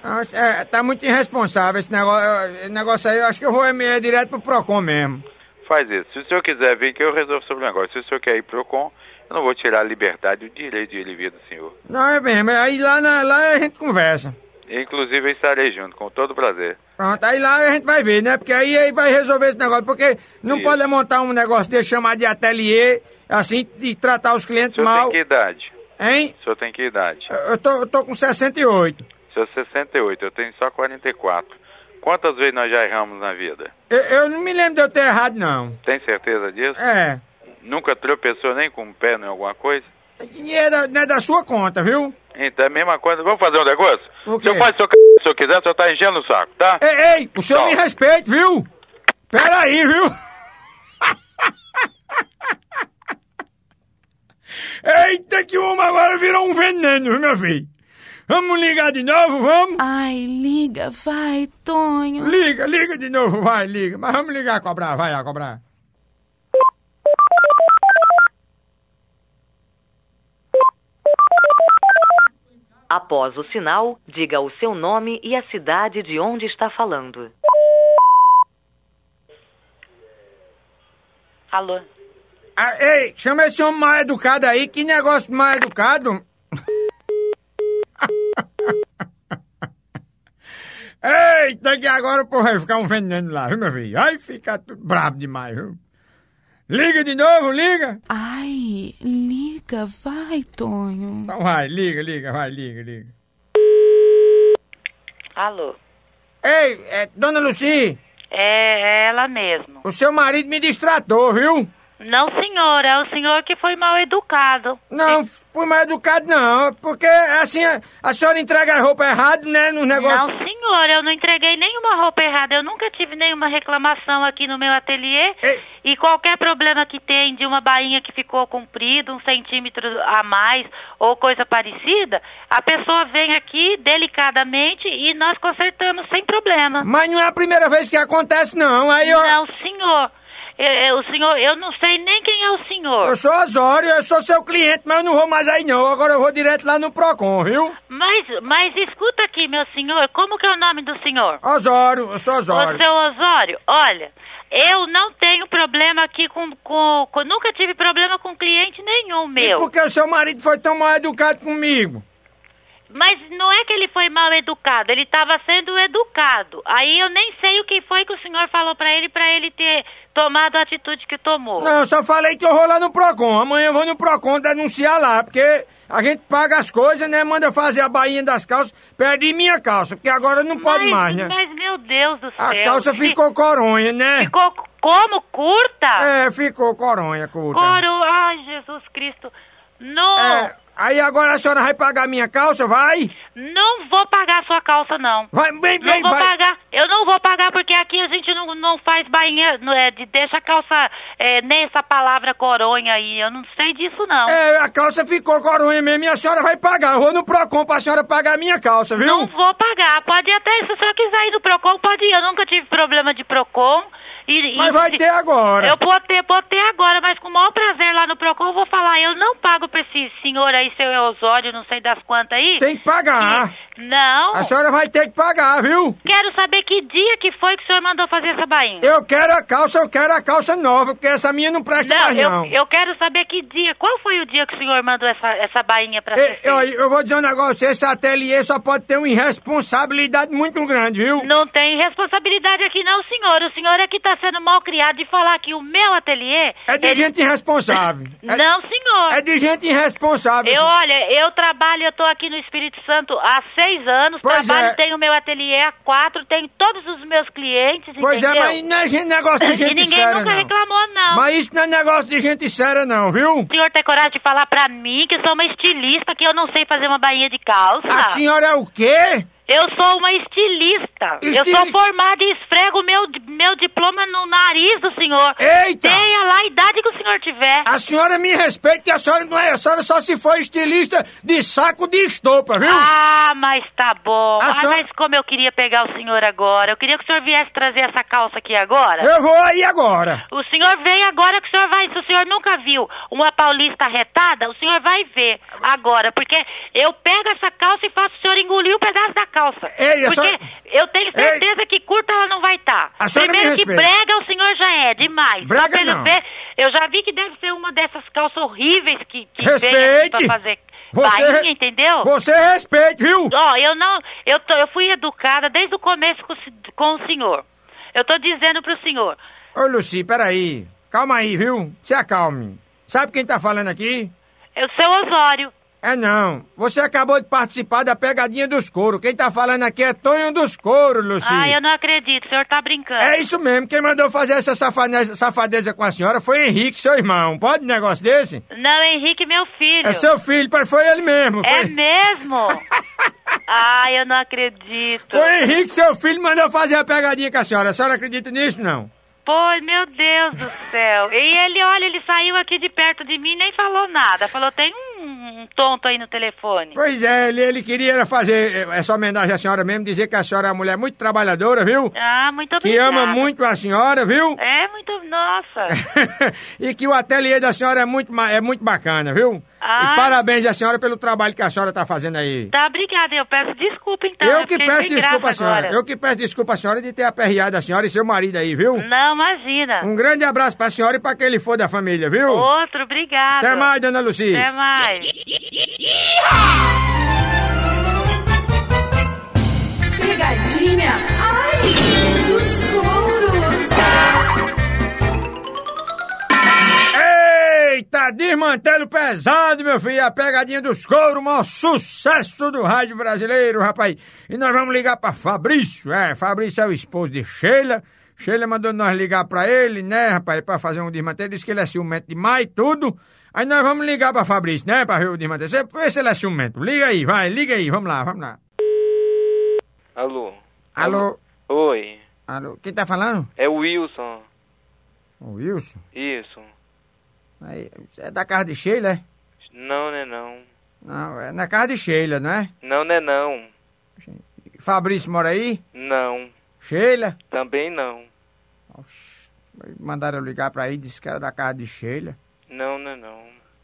S1: Nossa, é, tá muito irresponsável esse negócio, esse negócio aí. Eu acho que eu vou é, direto pro PROCON mesmo.
S15: Faz isso. Se o senhor quiser vir que eu resolvo sobre o negócio. Se o senhor quer ir pro CON, eu não vou tirar a liberdade e o direito de ele vir do senhor.
S1: Não, é mesmo. Aí lá, na- lá a gente conversa.
S15: Inclusive eu estarei junto, com todo prazer.
S1: Pronto, aí lá a gente vai ver, né? Porque aí, aí vai resolver esse negócio. Porque não
S15: Isso.
S1: pode é montar um negócio desse chamado de ateliê, assim, e tratar os
S15: O
S1: clientes
S15: senhor
S1: mal.
S15: tem que idade?
S1: Hein?
S15: O senhor tem que idade?
S1: Eu- Eu tô, eu tô com 68.
S15: O senhor é 68, eu tenho só 44. Quantas vezes nós já erramos na vida?
S1: Eu, eu não me lembro de eu ter errado, não.
S15: Tem certeza disso?
S1: É.
S15: Nunca tropeçou nem com o pé em alguma coisa?
S1: E é da, não é da sua conta, viu?
S15: Então é a mesma coisa. Vamos fazer um negócio?
S1: O
S15: O
S1: quê?
S15: senhor faz o seu c... se o senhor quiser, o senhor tá enchendo o saco, tá?
S1: Ei, ei, o senhor
S15: Não.
S1: me respeite, viu? Pera aí, viu? Eita, que o homem agora virou um veneno, viu, meu filho? Vamos ligar de novo, vamos?
S16: Ai, liga, vai, Tonho.
S1: Liga, liga de novo, vai, liga. Mas vamos ligar, cobrar, vai lá, cobrar.
S11: Após o sinal, diga o seu nome e a cidade de onde está falando.
S14: Alô?
S1: Ah, ei, chama esse homem mal educado aí, que negócio mal educado. Eita, que agora o povo vai ficar um veneno lá, viu, meu filho? Aí fica tudo brabo demais, viu? Liga de novo, liga.
S16: Ai, liga, vai, Tonho.
S1: Então vai, liga, liga, vai, liga, liga.
S14: Alô?
S1: Ei, é, dona Luci,
S14: É ela mesmo.
S1: o seu marido me distratou, viu?
S14: Não, senhor, é o senhor que foi mal educado.
S1: Não, fui mal educado não, porque assim, a, a senhora entrega a roupa errada, né, no negócio...
S14: Não, senhor, eu não entreguei nenhuma roupa errada. Eu nunca tive nenhuma reclamação aqui no meu ateliê. E qualquer problema que tem de uma bainha que ficou comprida, um centímetro a mais ou coisa parecida, a pessoa vem aqui delicadamente e nós consertamos sem problema.
S1: Mas não é a primeira vez que acontece, não. Aí eu,
S14: Não, é senhor. Eu, eu- o senhor, eu não sei nem quem é o senhor.
S1: eu sou Osório, eu sou seu cliente, mas eu não vou mais aí, não. Agora eu vou direto lá no Procon, viu?
S14: Mas, mas escuta aqui, meu senhor, como que é o nome do senhor?
S1: Osório, eu sou Osório.
S14: Ô, seu Osório, olha, eu não tenho problema aqui com, com, com- Nunca tive problema com cliente nenhum
S1: E
S14: meu.
S1: por que o seu marido foi tão mal educado comigo?
S14: Mas não é que ele foi mal educado, ele estava sendo educado. Aí eu nem sei o que foi que o senhor falou pra ele, pra ele ter tomado a atitude que tomou.
S1: Não, eu só falei que eu vou lá no Procon. Amanhã eu vou no Procon denunciar lá, porque a gente paga as coisas, né? Manda fazer a bainha das calças, perdi minha calça, porque agora não pode
S14: mas,
S1: mais, né?
S14: Mas, meu Deus do céu.
S1: A calça
S14: que-
S1: ficou coronha, né?
S14: Ficou como? Curta?
S1: É, ficou coronha, curta.
S14: Coro... Ai, Jesus Cristo. Não,
S1: É, aí agora a senhora vai pagar minha calça, vai?
S14: não vou pagar sua calça, não.
S1: Vai, bem,
S14: Não
S1: bem,
S14: vou
S1: vai.
S14: pagar, eu não vou pagar porque aqui a gente não, não faz bainha, não é, de, deixa a calça, é, nem essa palavra coronha aí, eu não sei disso não.
S1: É, a calça ficou coronha mesmo e a senhora vai pagar. Eu vou no Procon pra senhora pagar a minha calça, viu?
S14: Não vou pagar, pode ir até, se o senhor quiser ir no Procon, pode ir, eu nunca tive problema de Procon. E, e
S1: Mas vai
S14: se-
S1: ter agora.
S14: Eu vou ter, vou ter agora, mas com o maior prazer lá no Procon eu vou falar, eu não pago pra esse senhor aí, seu Eusódio, não sei das quantas aí.
S1: Tem que pagar.
S14: Não.
S1: A senhora vai ter que pagar, viu?
S14: Quero saber que dia que foi que o senhor mandou fazer essa bainha.
S1: Eu quero a calça, eu quero a calça nova, porque essa minha não presta mais,
S14: eu,
S1: Ah, não.
S14: eu quero saber que dia. Qual foi o dia que o senhor mandou essa, essa bainha pra
S1: Ei,
S14: ser
S1: É, Eu,
S14: feita?
S1: eu vou dizer um negócio, esse ateliê só pode ter uma irresponsabilidade muito grande, viu?
S14: Não tem responsabilidade aqui não, senhor. O senhor aqui tá sendo mal criado de falar que o meu ateliê...
S1: É de
S14: ele-
S1: gente irresponsável. É-
S14: Não, senhor.
S1: É de gente irresponsável.
S14: Eu, olha, eu trabalho, eu tô aqui no Espírito Santo há seis anos,
S1: Pois
S14: trabalho,
S1: é.
S14: tenho meu ateliê há quatro, tenho todos os meus clientes,
S1: Pois é,
S14: entendeu?
S1: mas não é gente- negócio de
S14: E
S1: gente
S14: ninguém
S1: séria,
S14: nunca
S1: não.
S14: reclamou, não.
S1: Mas isso não é negócio de gente séria, não, viu?
S14: O senhor tem coragem de falar pra mim que eu sou uma estilista, que eu não sei fazer uma bainha de calça?
S1: A senhora é o quê?
S14: Eu sou uma estilista. Eu sou
S1: Estilista.
S14: formada e esfrego meu, di- meu diploma no nariz do senhor.
S1: Eita!
S14: Tenha lá a idade que o senhor tiver.
S1: A senhora me respeita que a senhora não é, a senhora só se for estilista de saco de estopa, viu?
S14: Ah, mas tá bom.
S1: A
S14: ah,
S1: senhora-
S14: mas como eu queria pegar o senhor agora. Eu queria que o senhor viesse trazer essa calça aqui agora.
S1: Eu vou aí agora.
S14: O senhor vem agora que o senhor vai. Se o senhor nunca viu uma paulista retada, o senhor vai ver agora. Porque eu pego essa calça e faço o senhor engolir um pedaço da calça.
S1: Ei, a
S14: porque
S1: senhora-
S14: eu tenho certeza que curta ela não vai estar.
S1: A senhora
S14: Primeiro
S1: me
S14: que
S1: respeita.
S14: brega o senhor já é, demais.
S1: Brega
S14: Pelo
S1: não.
S14: ver- eu já vi que deve ser uma dessas calças horríveis que, que vem aqui
S1: Respeite.
S14: pra fazer
S1: Você-
S14: bainha, entendeu?
S1: Você respeite, viu?
S14: Ó, eu não. Eu, tô- eu fui educada desde o começo com, o se- com o senhor. Eu tô dizendo pro senhor.
S1: Ô, Luci, peraí. Calma aí, viu? Se acalme. Sabe quem tá falando aqui?
S14: É o seu Osório.
S1: É não. Você acabou de participar da pegadinha dos couro. Quem tá falando aqui é Tonho dos couro, Luci.
S14: Ah, eu não acredito, o senhor tá brincando.
S1: É isso mesmo. Quem mandou fazer essa safaneza- safadeza com a senhora foi Henrique, seu irmão. Pode um negócio desse?
S14: Não, Henrique, meu filho.
S1: É seu filho, pai, foi ele mesmo. Foi,
S14: É mesmo? ah, eu não acredito.
S1: foi Henrique, seu filho, mandou fazer a pegadinha com a senhora. A senhora acredita nisso, não?
S14: Pois, meu Deus do céu. E ele, olha, ele saiu aqui de perto de mim e nem falou nada. Falou, tem um, um tonto aí no telefone.
S1: Pois é, ele, ele queria era fazer eh, essa homenagem à senhora mesmo, dizer que a senhora é uma mulher muito trabalhadora, viu?
S14: Ah, muito
S1: que
S14: obrigada.
S1: ama muito a senhora, viu?
S14: É, muito... Nossa.
S1: e que o ateliê da senhora é muito, ma- é muito bacana, viu?
S14: Ah.
S1: E parabéns à senhora pelo trabalho que a senhora tá fazendo aí.
S14: Tá, obrigada. Eu peço desculpa, então.
S1: eu que
S14: fiquei
S1: peço
S14: sem
S1: desculpa
S14: graça
S1: à senhora.
S14: agora.
S1: Eu que peço desculpa à senhora de ter aperreado a senhora e seu marido aí, viu?
S14: Não, imagina.
S1: Um grande abraço pra senhora e pra quem lhe for da família, viu?
S14: Outro, obrigado.
S1: Até mais, dona Luci.
S14: Até mais.
S2: Pegadinha, ai, dos touros.
S1: Eita, desmantelo pesado, meu filho. A pegadinha dos couro, o maior sucesso do rádio brasileiro, rapaz. E nós vamos ligar pra Fabrício. É, Fabrício é o esposo de Sheila. Sheila mandou nós ligar pra ele, né, rapaz, pra fazer um desmantelo. Diz que ele é ciumento demais e tudo. Aí nós vamos ligar pra Fabrício, né, pra ver o desmantelo. Você vê se ele é ciumento. Liga aí, vai, liga aí. Vamos lá, vamos lá.
S17: Alô?
S1: Alô?
S17: Oi,
S1: Alô? Quem tá falando?
S17: é o Wilson.
S1: O Wilson?
S17: Isso.
S1: Aí, é da casa de Sheila, é?
S17: Não, né não.
S1: Não, é na casa de Sheila, não é?
S17: Não, né não.
S1: Fabrício mora aí?
S17: Não.
S1: Sheila?
S17: Também não.
S1: Mandaram eu ligar pra aí, disse que era da casa de Sheila.
S17: Não, né não.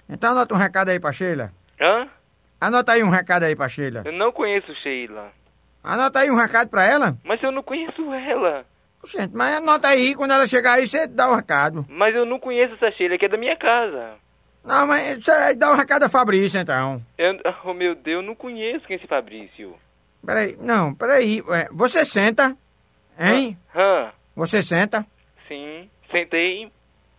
S1: Então anota um recado aí pra Sheila.
S17: Hã?
S1: Anota aí um recado aí pra Sheila.
S17: Eu não conheço Sheila.
S1: Anota aí um recado pra ela.
S17: Mas eu não conheço ela.
S1: Gente, mas anota aí, quando ela chegar aí, você dá o recado.
S17: Mas eu não conheço essa Sheila, que é da minha casa.
S1: Não, mas você dá um recado a Fabrício, então.
S17: Eu, oh, meu Deus, eu não conheço quem é esse Fabrício.
S1: Peraí, não, peraí. Ué, Você senta, hein?
S17: Hã?
S1: Você senta.
S17: Sim. Sentei.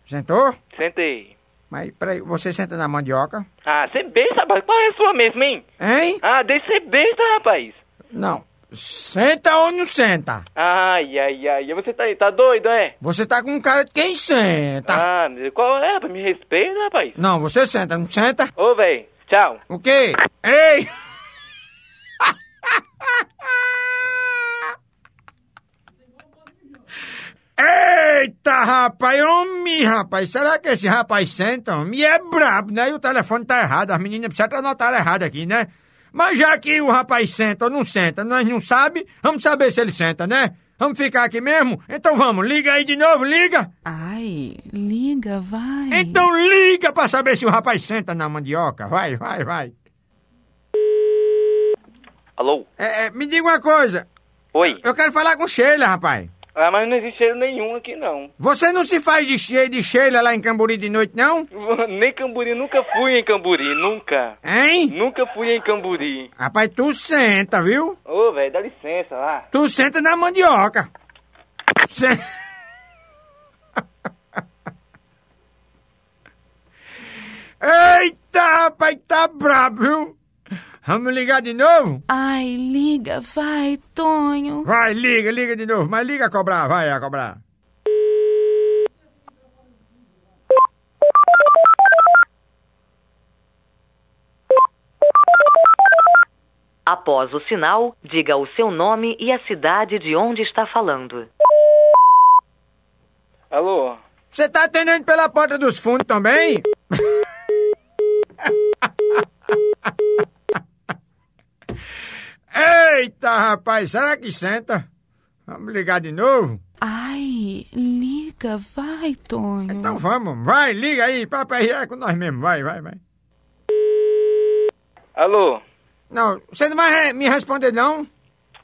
S1: Sentou?
S17: Sentei.
S1: Mas peraí, você senta na mandioca,
S17: Ah, você é besta, rapaz. Qual é a sua mesmo, hein?
S1: hein?
S17: Ah, deixa ser besta, rapaz.
S1: Não. Senta ou não senta?
S17: Ai, ai, ai. Você tá, tá doido, é?
S1: Você tá com cara de quem senta.
S17: Ah, meu Deus, qual é? rapaz? Me respeita, rapaz.
S1: Não, você senta, não senta?
S17: Ô, véi. Tchau.
S1: O quê? Ei! Eita, rapaz, homem, rapaz, será que esse rapaz senta, homem? E é brabo, né? E o telefone tá errado, as meninas precisam anotar errado aqui, né? Mas já que o rapaz senta ou não senta, nós não sabe, vamos saber se ele senta, né? Vamos ficar aqui mesmo? Então vamos, liga aí de novo, liga!
S10: Ai, liga, vai.
S1: Então liga pra saber se o rapaz senta na mandioca, vai, vai, vai.
S17: Alô?
S1: É, é, me diga uma coisa.
S17: Oi?
S1: Eu quero falar com Sheila, rapaz.
S17: Ah, mas não existe cheiro nenhum aqui, não.
S1: Você não se faz de, che de Sheila lá em Camburi de noite, não?
S17: Nem Camburi, nunca fui em Camburi, nunca.
S1: Hein?
S17: Nunca fui em Camburi.
S1: Rapaz, tu senta, viu?
S17: Ô, velho, dá licença lá.
S1: Tu senta na mandioca. Se- Eita, rapaz, tá brabo, viu? Vamos ligar de novo?
S10: Ai, liga, vai, Tonho.
S1: Vai, liga, liga de novo. Mas liga a cobrar, vai a cobrar.
S11: Após Após o sinal, diga o seu nome e a cidade de onde está falando.
S17: Alô?
S1: Você tá atendendo pela porta dos fundos também? Eita, rapaz, será que senta? Vamos ligar de novo?
S10: Ai, liga, vai, Tonho.
S1: Então vamos, vai, liga aí, papai é com nós mesmo, vai, vai, vai.
S17: Alô?
S1: Não, você não vai re- me responder não?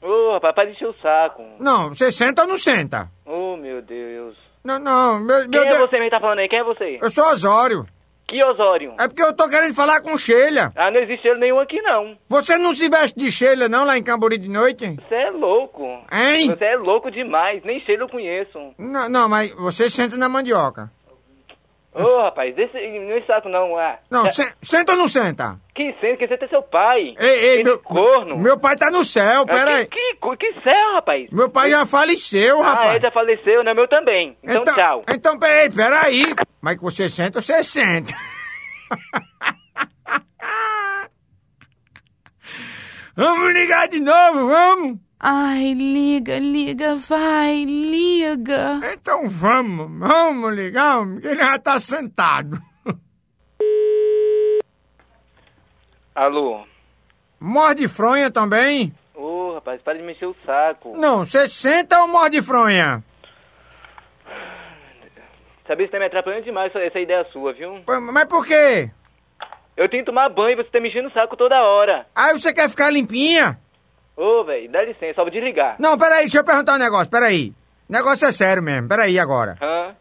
S17: Ô, rapaz, para de encher o saco.
S1: Não, você senta ou não senta?
S17: Ô, meu Deus.
S1: Não, não, meu,
S17: Quem
S1: meu
S17: é
S1: Deus.
S17: você mesmo que tá falando aí? Quem é você?
S1: Eu sou Osório.
S17: Que Osório?
S1: É porque eu tô querendo falar com Sheila.
S17: Ah, não existe ele nenhum aqui, não.
S1: Você não se veste de Sheila não lá em Cambori de noite?
S17: Você é louco.
S1: Hein?
S17: Você é louco demais. Nem cheiro eu conheço. Ô,
S1: Não, não, mas você senta na mandioca.
S17: rapaz, desse, não é saco, não. Ah.
S1: Não,
S17: É-
S1: sen- senta ou não senta?
S17: Que sendo, que sendo é seu pai.
S1: Ei, ei,
S17: Esse
S1: meu,
S17: é corno. É
S1: meu pai tá no céu, pera aí.
S17: que, que, co- que céu, rapaz?
S1: Meu pai já faleceu,
S17: Ah,
S1: rapaz.
S17: ele já faleceu, né? Meu também. Então, tchau.
S1: Então, peraí, peraí. Mas que você senta, você senta. vamos ligar de novo, vamos?
S10: Ai, liga, liga, vai, liga.
S1: Então vamos, vamos ligar, homem, que ele já tá sentado.
S17: Alô?
S1: Morde fronha também?
S17: Ô, rapaz, para de mexer o saco.
S1: Não, você senta ou morde fronha?
S17: Sabia, você tá me atrapalhando demais essa, essa ideia sua, viu?
S1: Pô, Mas por quê?
S17: Eu tenho que tomar banho, você tá me enchendo o saco toda hora.
S1: Aí você quer ficar limpinha?
S17: Ô, velho, dá licença, só vou desligar.
S1: Não, peraí, deixa eu perguntar um negócio, peraí. O negócio é sério mesmo, peraí agora.
S17: Hã?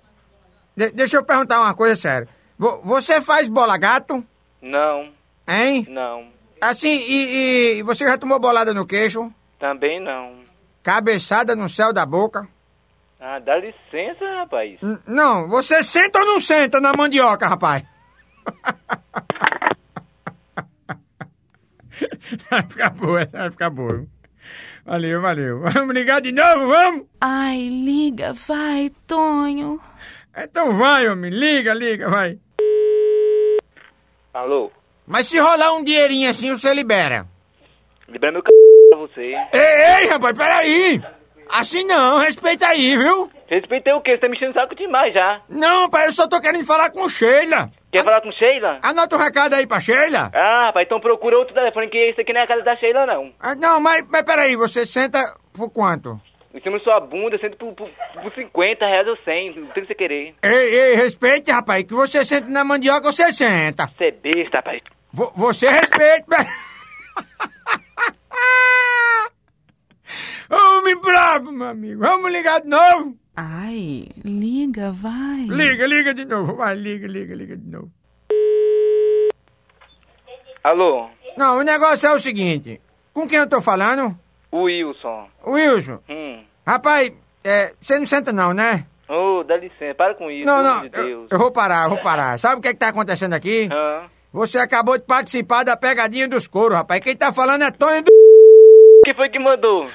S1: De- deixa eu perguntar uma coisa séria. Vo- você faz bola gato?
S17: Não,
S1: Hein?
S17: não.
S1: Assim, e, e você já tomou bolada no queixo?
S17: Também não.
S1: Cabeçada no céu da boca?
S17: Ah, dá licença, rapaz.
S1: N- não, você senta ou não senta na mandioca, rapaz? Vai ficar boa, essa vai ficar boa. Valeu, valeu. Vamos ligar de novo, vamos?
S10: Ai, liga, vai, Tonho.
S1: Então vai, homem, liga, liga, vai.
S17: Alô?
S1: Mas se rolar um dinheirinho assim, você libera.
S17: Libera meu c... pra você.
S1: Ei, ei, rapaz, peraí! Assim não, respeita aí, viu?
S17: Respeitei o quê? Você tá me enchendo o saco demais já.
S1: Não, pai, eu só tô querendo falar com Sheila.
S17: Quer falar com Sheila?
S1: Anota o recado aí pra Sheila.
S17: Ah, rapaz, então procura outro telefone, que esse aqui não é a casa da Sheila, não.
S1: Ah, não, mas, mas peraí, você senta por quanto?
S17: Em cima da sua bunda, sendo por, por, por 50 reais ou 100, não tem que você querer.
S1: Ei, ei, respeite, rapaz, que você senta na mandioca, você senta.
S17: Você é besta, rapaz.
S1: Vo- você respeite, peraí. Homem brabo, meu amigo. Vamos ligar de novo?
S10: Ai, liga, vai.
S1: Liga, liga de novo. Vai, liga, liga, liga de novo.
S17: Alô?
S1: Não, o negócio é o seguinte. Com quem eu tô falando?
S17: O Wilson.
S1: Wilson.
S17: Hum.
S1: Rapaz, é, você não senta não, né?
S17: Ô, dá licença, para com isso,
S1: não,
S17: pelo
S1: não.
S17: amor de
S1: Eu,
S17: Deus.
S1: eu vou parar, eu vou parar. Sabe o que é que tá acontecendo aqui?
S17: Hã?
S1: Você acabou de participar da pegadinha dos couro, rapaz. Quem tá falando é Tonho do...
S17: Quem foi que mandou?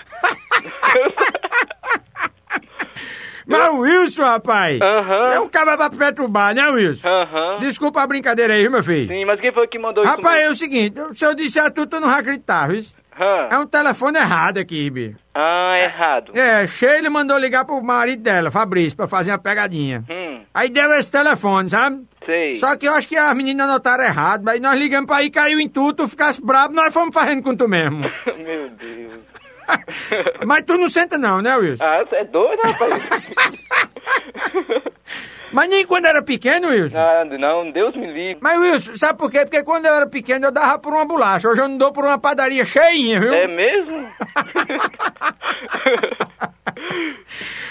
S1: Mas o Wilson, rapaz.
S17: Aham.
S1: É um cabra pra perturbar, né, Wilson?
S17: Aham.
S1: Desculpa a brincadeira aí, viu, meu filho?
S17: Sim, mas quem foi que mandou isso?
S1: Rapaz, é
S17: mesmo?
S1: o seguinte. eu- Se eu disser tudo, tu não vai acreditar, viu?
S17: Hã?
S1: É um telefone errado aqui, bicho.
S17: Ah, errado.
S1: É, Sheila mandou ligar pro marido dela, Fabrício, pra fazer uma pegadinha.
S17: Hum,
S1: Aí deu esse telefone, sabe?
S17: sei.
S1: Só que eu acho que as meninas anotaram errado, aí nós ligamos pra aí, caiu em tudo, tu ficasse bravo, nós fomos fazendo com tu mesmo.
S17: Meu Deus.
S1: Mas tu não senta não, né, Wilson?
S17: Ah, você é doido, rapaz?
S1: Mas nem quando era pequeno, Wilson.
S17: ah, não, Deus me livre.
S1: Mas, Wilson, sabe por quê? Porque quando eu era pequeno eu dava por uma bolacha, hoje eu não dou por uma padaria cheinha, viu?
S17: É mesmo?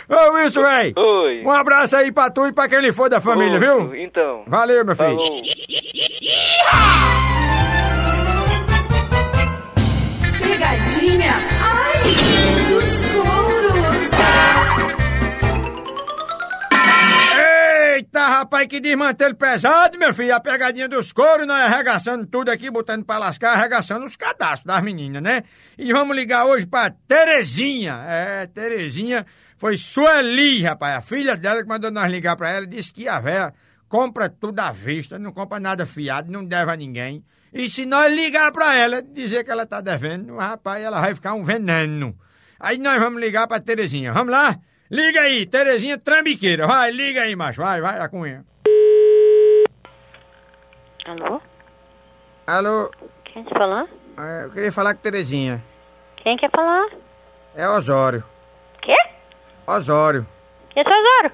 S1: Ô, Wilson, véi,
S17: Oi.
S1: um abraço aí pra tu e pra quem ele for da família,
S17: Ô,
S1: viu?
S17: Então.
S1: Valeu, meu filho.
S17: Falou.
S2: Pegadinha, ai, dos touros.
S1: Eita, rapaz, que desmantelo pesado, meu filho. A pegadinha dos coros, nós arregaçando tudo aqui, botando pra lascar, arregaçando os cadastros das meninas, né? E vamos ligar hoje pra Terezinha. É, Terezinha foi Sueli, rapaz. A filha dela que mandou nós ligar pra ela disse que a véia compra tudo à vista, não compra nada fiado, não deve a ninguém. E se nós ligar para ela, dizer que ela tá devendo, rapaz, ela vai ficar um veneno. Aí nós vamos ligar para Terezinha. Vamos lá? Liga aí, Terezinha Trambiqueira. Vai, liga aí, macho. Vai, vai, a cunha.
S14: Alô?
S1: Alô?
S14: Quem tá falando?
S1: É, Eu queria falar com Terezinha.
S14: Quem quer falar?
S1: É Osório.
S14: Quê?
S1: Osório.
S14: Quem é seu Osório?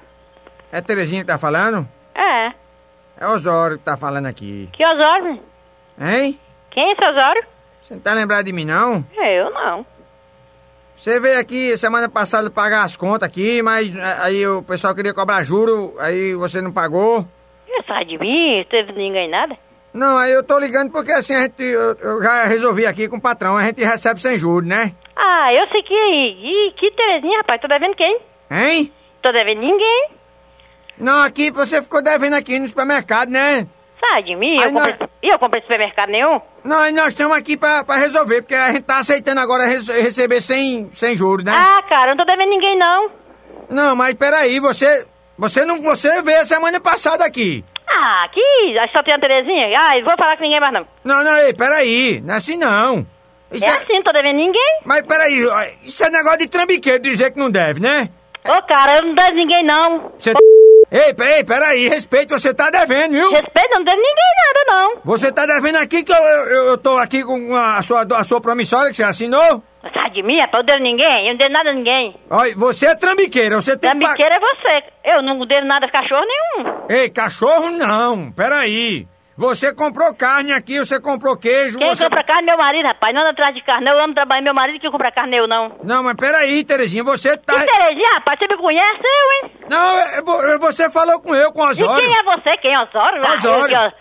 S1: É Terezinha que tá falando?
S14: É.
S1: É Osório que tá falando aqui.
S14: Que Osório? menino?
S1: Hein?
S14: né? Quem é seu Osório?
S1: Você não tá lembrado de mim, não?
S14: É, Eu não.
S1: Você veio aqui semana passada pagar as contas aqui, mas é, aí o pessoal queria cobrar juro, aí você não pagou.
S14: Você sai de mim, não teve ninguém nada.
S1: Não, aí eu tô ligando porque assim a gente. Eu, eu já resolvi aqui com o patrão, a gente recebe sem juros, né?
S14: Ah, eu sei que... Ih, que Terezinha, rapaz, tô devendo quem?
S1: Hein?
S14: Tô devendo ninguém.
S1: Não, aqui você ficou devendo aqui no supermercado, né?
S14: Sai de mim, eu
S1: Aí nós-
S14: comprei... E eu comprei supermercado nenhum?
S1: Não, aí nós estamos aqui pra, pra resolver, porque a gente tá aceitando agora res- receber sem, sem juros, né?
S14: Ah, cara, eu não tô devendo ninguém, não.
S1: Não, mas peraí, você. Você não. Você veio semana passada aqui.
S14: Ah, que... Acho que só tem a Terezinha. Ah, eu vou falar com ninguém mais, não.
S1: Não, não, ei, peraí. Não é assim não.
S14: é, assim, não tô devendo ninguém.
S1: Mas peraí, ó, isso é negócio de trambiqueiro dizer que não deve, né?
S14: Ô, cara, eu não devo ninguém, não.
S1: Você. tá Ei, pe- ei, peraí, respeito, você tá devendo, viu?
S14: Respeito, eu não devo ninguém nada, não.
S1: Você tá devendo aqui que eu, eu, eu tô aqui com a sua, a sua promissória que você assinou?
S14: Sai Tá de mim, rapaz, eu não devo ninguém. Eu não devo nada a ninguém.
S1: Olha, você é trambiqueira, você tem que.
S14: Trambiqueira é você. Eu não devo nada a cachorro nenhum.
S1: Ei, cachorro não, peraí. Você comprou carne aqui, você comprou queijo,
S14: Quem
S1: você...
S14: compra carne é meu marido, rapaz. Não anda atrás de carne, não. Eu amo trabalhar meu marido que compra carne, eu não.
S1: Não, mas peraí, Terezinha, você tá...
S14: E Terezinha, rapaz, você me conhece, eu, hein?
S1: Não, é- vo- é você falou com eu, com o
S14: E
S1: Osório.
S14: quem é você? Quem é Osório? Ah,
S1: Osório.
S14: Eu, eu-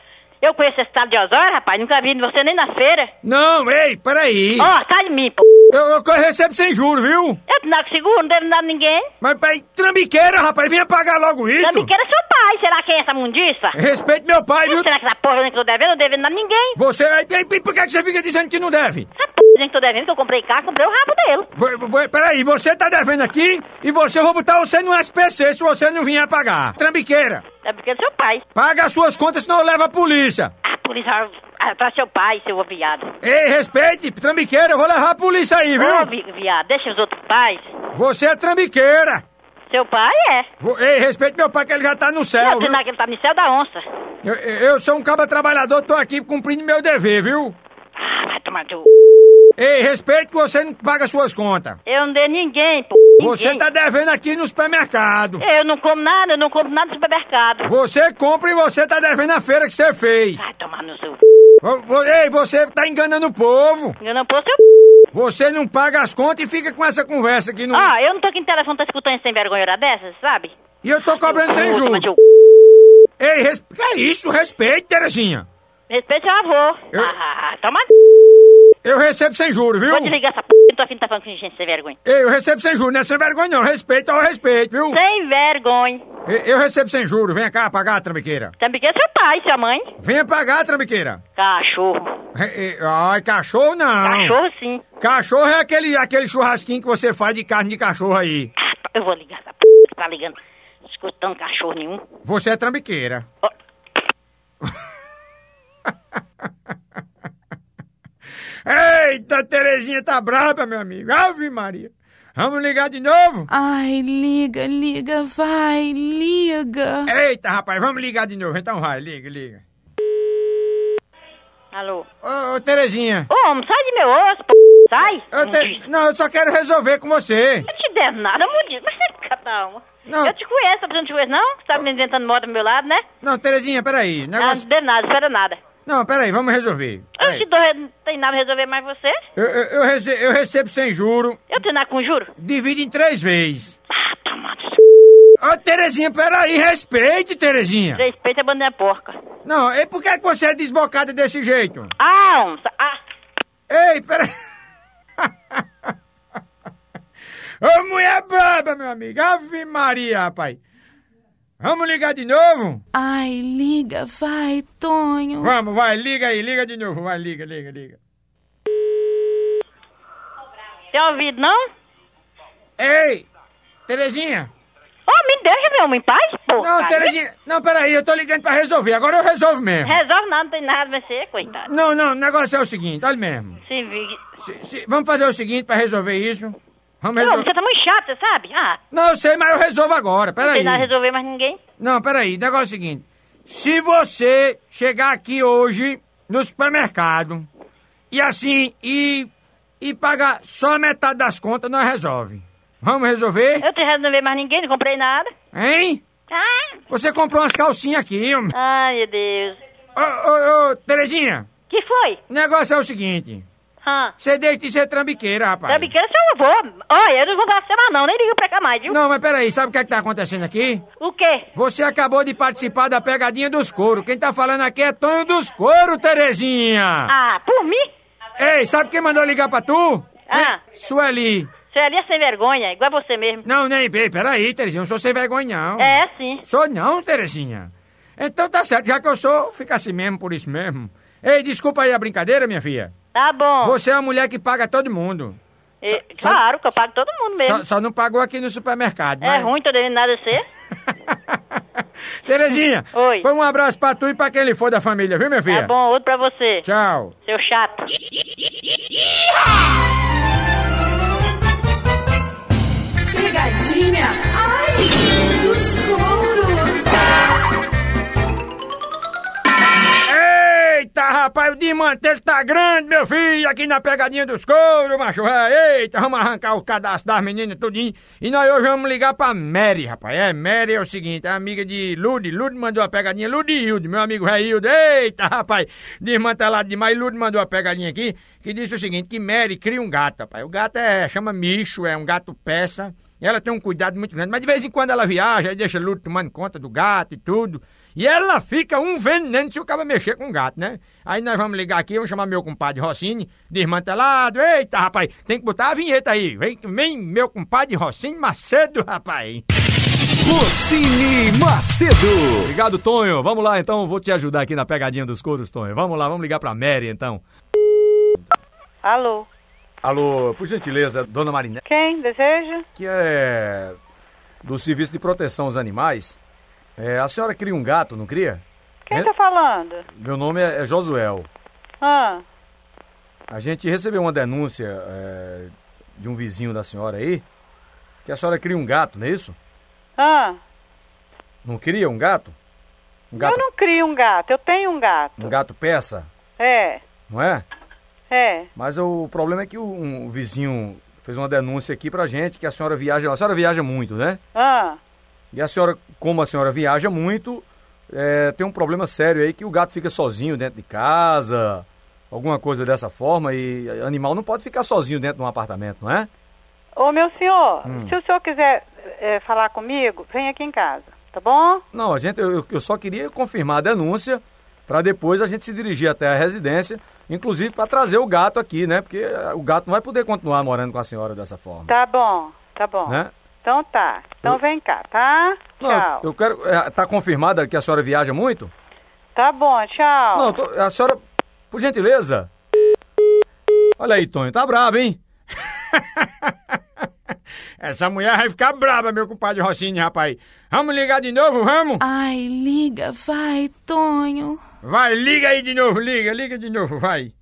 S14: eu conheço esse estado de Osório, rapaz. Nunca vi você nem na feira.
S1: Não, ei, peraí.
S14: Ó, sai de mim, pô.
S1: Eu, eu, eu recebo sem juros, viu?
S14: Eu não nada seguro, não devo nada a ninguém.
S1: Mas, peraí, trambiqueira, rapaz, vinha pagar logo isso.
S14: Trambiqueira é seu pai. Será quem é essa mundiça?
S1: Respeite meu pai, viu?
S14: Será que essa porra que eu tô devendo? Eu não devo nada a ninguém.
S1: Você... aí, aí, Por que que você fica dizendo que não deve?
S14: Essa porra que eu tô devendo, que eu comprei carro, comprei o rabo dele.
S1: Vo- vo- Peraí, você tá devendo aqui e você eu vou botar você no SPC se você não vier pagar. Trambiqueira,
S14: Trambiqueira é seu pai.
S1: paga as suas contas, senão eu levo a polícia.
S14: A polícia atrás seu pai, seu viado.
S1: Ei, respeite, trambiqueira, eu vou levar a polícia aí,
S14: Ô,
S1: viu?
S14: vi- viado, deixa os outros pais.
S1: Você é trambiqueira.
S14: Seu pai é.
S1: Vo- Ei, respeite meu pai que ele já tá no céu,
S14: Não,
S1: viu?
S14: senão que ele tá no céu da onça.
S1: Eu, eu sou um caba trabalhador, tô aqui cumprindo meu dever, viu?
S14: Ah, vai tomar teu...
S1: Ei, respeite que você não paga suas contas.
S14: Eu não dei ninguém, pô.
S1: Você
S14: Ninguém.
S1: tá devendo aqui no supermercado.
S14: Eu não como nada, eu não compro nada no supermercado.
S1: Você compra e você tá devendo a feira que você fez.
S14: Vai tomar no seu...
S1: Vo- vo- Ei, você tá enganando o povo.
S14: Eu não posso...
S1: Você não paga as contas e fica com essa conversa aqui no.
S14: Ah, eu não tô aqui no telefone, tá escutando esse sem vergonha hora dessas, sabe?
S1: E eu tô cobrando sem
S14: Ô, tomar
S1: juros.
S14: teu-
S1: Ei, res... que é isso? Respeite, Terezinha.
S14: Respeite seu avô.
S1: Eu-
S14: Ah, toma...
S1: Eu recebo sem juros, viu?
S14: Vou desligar essa p... Eu tô afim de tá falando com gente sem vergonha.
S1: Ei, eu recebo sem juros, não é sem vergonha não. Respeito ao respeito, viu?
S14: Sem vergonha.
S1: E- Eu recebo sem juros. Venha cá pagar, trambiqueira.
S14: Também é seu pai, sua mãe.
S1: Venha pagar, trambiqueira.
S14: Cachorro.
S1: E- e- Ai, cachorro não.
S14: Cachorro sim.
S1: Cachorro é aquele, aquele churrasquinho que você faz de carne de cachorro aí.
S14: Eu vou ligar essa p... que tá ligando. Escutando cachorro nenhum.
S1: Você é trambiqueira.
S14: Ó.
S1: Eita, Terezinha tá braba, meu amigo. Ave Maria. Vamos ligar de novo?
S6: Ai, liga, liga, vai, liga.
S1: Eita, rapaz, vamos ligar de novo. Então vai, liga, liga.
S14: Alô?
S1: Ô, ô Terezinha.
S14: Ô, homem, sai de meu osso, p... Sai.
S1: eu te-
S14: mundista.
S1: Não, eu só quero resolver com você.
S14: Eu te devo nada, mundista. Mas é cada uma.
S1: Não.
S14: Eu te conheço, mas eu não te conheço, não? Você tá me inventando moda do meu lado, né?
S1: Não, Terezinha, peraí.
S14: Ah, não
S1: Negócio...
S14: te devo nada, espera nada.
S1: Não, peraí, vamos resolver.
S14: Eu
S1: Peraí.
S14: te dou... re- Não tem nada pra resolver mais você.
S1: Eu, eu, eu rece- eu recebo sem juro,
S14: Eu tenho nada com juro.
S1: divide em três vezes.
S14: Ah, toma... no c****.
S1: Ô, Terezinha, peraí, respeite, Terezinha.
S14: Respeita a bandeira porca.
S1: Não, e por que que você é desbocada desse jeito?
S14: Ah, homem, sa- ah...
S1: Ei, peraí. Ô, mulher braba, meu amigo. Ave Maria, rapaz. Vamos ligar de novo?
S6: Ai, liga, vai, Tonho.
S1: Vamos, vai, liga aí, liga de novo. Vai, liga, liga, liga.
S14: Tem ouvido, não?
S1: Ei, Terezinha,
S6: Oh, me deixa,
S14: Tá
S6: meu homem, em paz, porra.
S1: Não, Terezinha, não, peraí, eu tô ligando pra resolver. Agora eu resolvo mesmo.
S6: Resolve não, não tem nada a ver, coitado.
S1: Não, não, o negócio é o seguinte, olha mesmo.
S6: Se vi-
S1: Se- se- vamos fazer o seguinte pra resolver isso. Vamos
S6: Não,
S1: resolver.
S6: você tá muito chato, você sabe? Ah,
S1: Não, eu sei, mas eu resolvo agora,
S6: não
S1: peraí.
S6: tem nada a resolver mais ninguém.
S1: Não, peraí, o negócio é o seguinte. Se você chegar aqui hoje no supermercado e assim, e, e pagar só metade das contas, nós resolve. Vamos resolver?
S6: Eu tenho resolver mais ninguém, não comprei nada.
S1: Hein?
S6: Ah,
S1: Você comprou umas calcinhas aqui, homem.
S6: ai, meu Deus.
S1: Ô, ô, ô, Terezinha.
S6: Que foi?
S1: O negócio é o seguinte.
S6: Hã?
S1: Você deixa de ser trambiqueira, rapaz.
S6: Sabe que eu sou Ah. avô? Olha, eu não vou pra mais não, nem ligo pra cá mais, viu?
S1: Não, mas peraí, sabe o que é que tá acontecendo aqui?
S6: O quê?
S1: Você acabou de participar da pegadinha dos couro. Quem tá falando aqui é Tonho dos Couro, Terezinha.
S6: Ah, por mim?
S1: Ei, sabe quem mandou ligar pra tu?
S6: Ah.
S1: Hein? Sueli.
S6: Você ali é sem vergonha, igual você mesmo.
S1: Não, nem bem, peraí, Terezinha, eu não sou sem vergonha, não.
S6: É, sim.
S1: Sou não, Terezinha. Então tá certo, já que eu sou, fica assim mesmo, por isso mesmo. Ei, desculpa aí a brincadeira, minha filha.
S6: Tá bom.
S1: Você é uma mulher que paga todo mundo.
S6: É,
S1: só-
S6: claro, que eu pago todo mundo mesmo.
S1: Só, só não pagou aqui no supermercado,
S6: É
S1: mas-
S6: ruim, tô devendo nada a você.
S1: Terezinha, Oi. põe um abraço pra tu e pra quem ele for da família, viu, minha filha?
S6: Tá bom, outro pra você.
S1: Tchau.
S6: Seu chato.
S2: Pegadinha, ai, dos touros.
S1: Eita, rapaz, o desmantelo tá grande, meu filho, aqui na pegadinha dos couros, macho. É, eita, vamos arrancar o cadastro das meninas tudinho. E nós hoje vamos ligar pra Mary, rapaz. É, Mary é o seguinte, é amiga de Lude. Lude mandou a pegadinha. Lude e Hilde, meu amigo é Hilde. Eita, rapaz, desmantelado demais. Lude mandou a pegadinha aqui que disse o seguinte, que Mary cria um gato, rapaz. O gato é, chama Micho, é um gato peça. Ela tem um cuidado muito grande, mas de vez em quando ela viaja e deixa Ludo tomando conta do gato e tudo. E ela fica um veneno se o cara mexer com o gato, né? Aí nós vamos ligar aqui, vamos chamar meu compadre Rossini, desmantelado. Eita, rapaz, tem que botar a vinheta aí. Vem, vem meu compadre Rossini Macedo, rapaz.
S18: Rossini Macedo. Obrigado, Tonho. Vamos lá, então. Vou te ajudar aqui na pegadinha dos couros, Tonho. Vamos lá, vamos ligar pra Mary, então.
S19: Alô,
S18: Alô, por gentileza, dona Marinete,
S19: quem deseja?
S18: que é do Serviço de Proteção aos Animais. É, a senhora cria um gato, não cria?
S19: Quem
S18: É?
S19: tá falando?
S18: Meu nome é, é Josuel.
S19: Ah,
S18: A gente recebeu uma denúncia é, de um vizinho da senhora aí, que a senhora cria um gato, não é isso?
S19: ah,
S18: Não cria um gato? Um gato,
S19: eu não crio um gato, eu tenho um gato.
S18: um gato peça,
S19: É,
S18: não é?
S19: é.
S18: Mas o problema é que o, um vizinho fez uma denúncia aqui pra gente que a senhora viaja. A senhora viaja muito, né?
S19: Ah,
S18: E a senhora, como a senhora viaja muito, é, tem um problema sério aí que o gato fica sozinho dentro de casa, alguma coisa dessa forma, e animal não pode ficar sozinho dentro de um apartamento, não é?
S19: ô meu senhor,
S18: Hum.
S19: se o senhor quiser eh, falar comigo, vem aqui em casa, tá bom?
S18: Não, a gente, eu, eu só queria confirmar a denúncia pra depois a gente se dirigir até a residência, inclusive pra trazer o gato aqui, né? Porque eh, o gato não vai poder continuar morando com a senhora dessa forma,
S19: Tá bom, tá bom.
S18: né?
S19: Então tá, então
S18: Eu-
S19: vem cá, tá?
S18: Não,
S19: tchau.
S18: eu quero. é, tá confirmada que a senhora viaja muito?
S19: Tá bom, tchau.
S18: Não, eu tô- a senhora. Por gentileza. Olha aí, Tonho, tá brabo, hein?
S1: Essa mulher vai ficar brava, meu compadre Rossini, rapaz. Vamos ligar de novo, vamos?
S10: Ai, liga, vai, Tonho.
S1: Vai, liga aí de novo, liga, liga de novo, vai.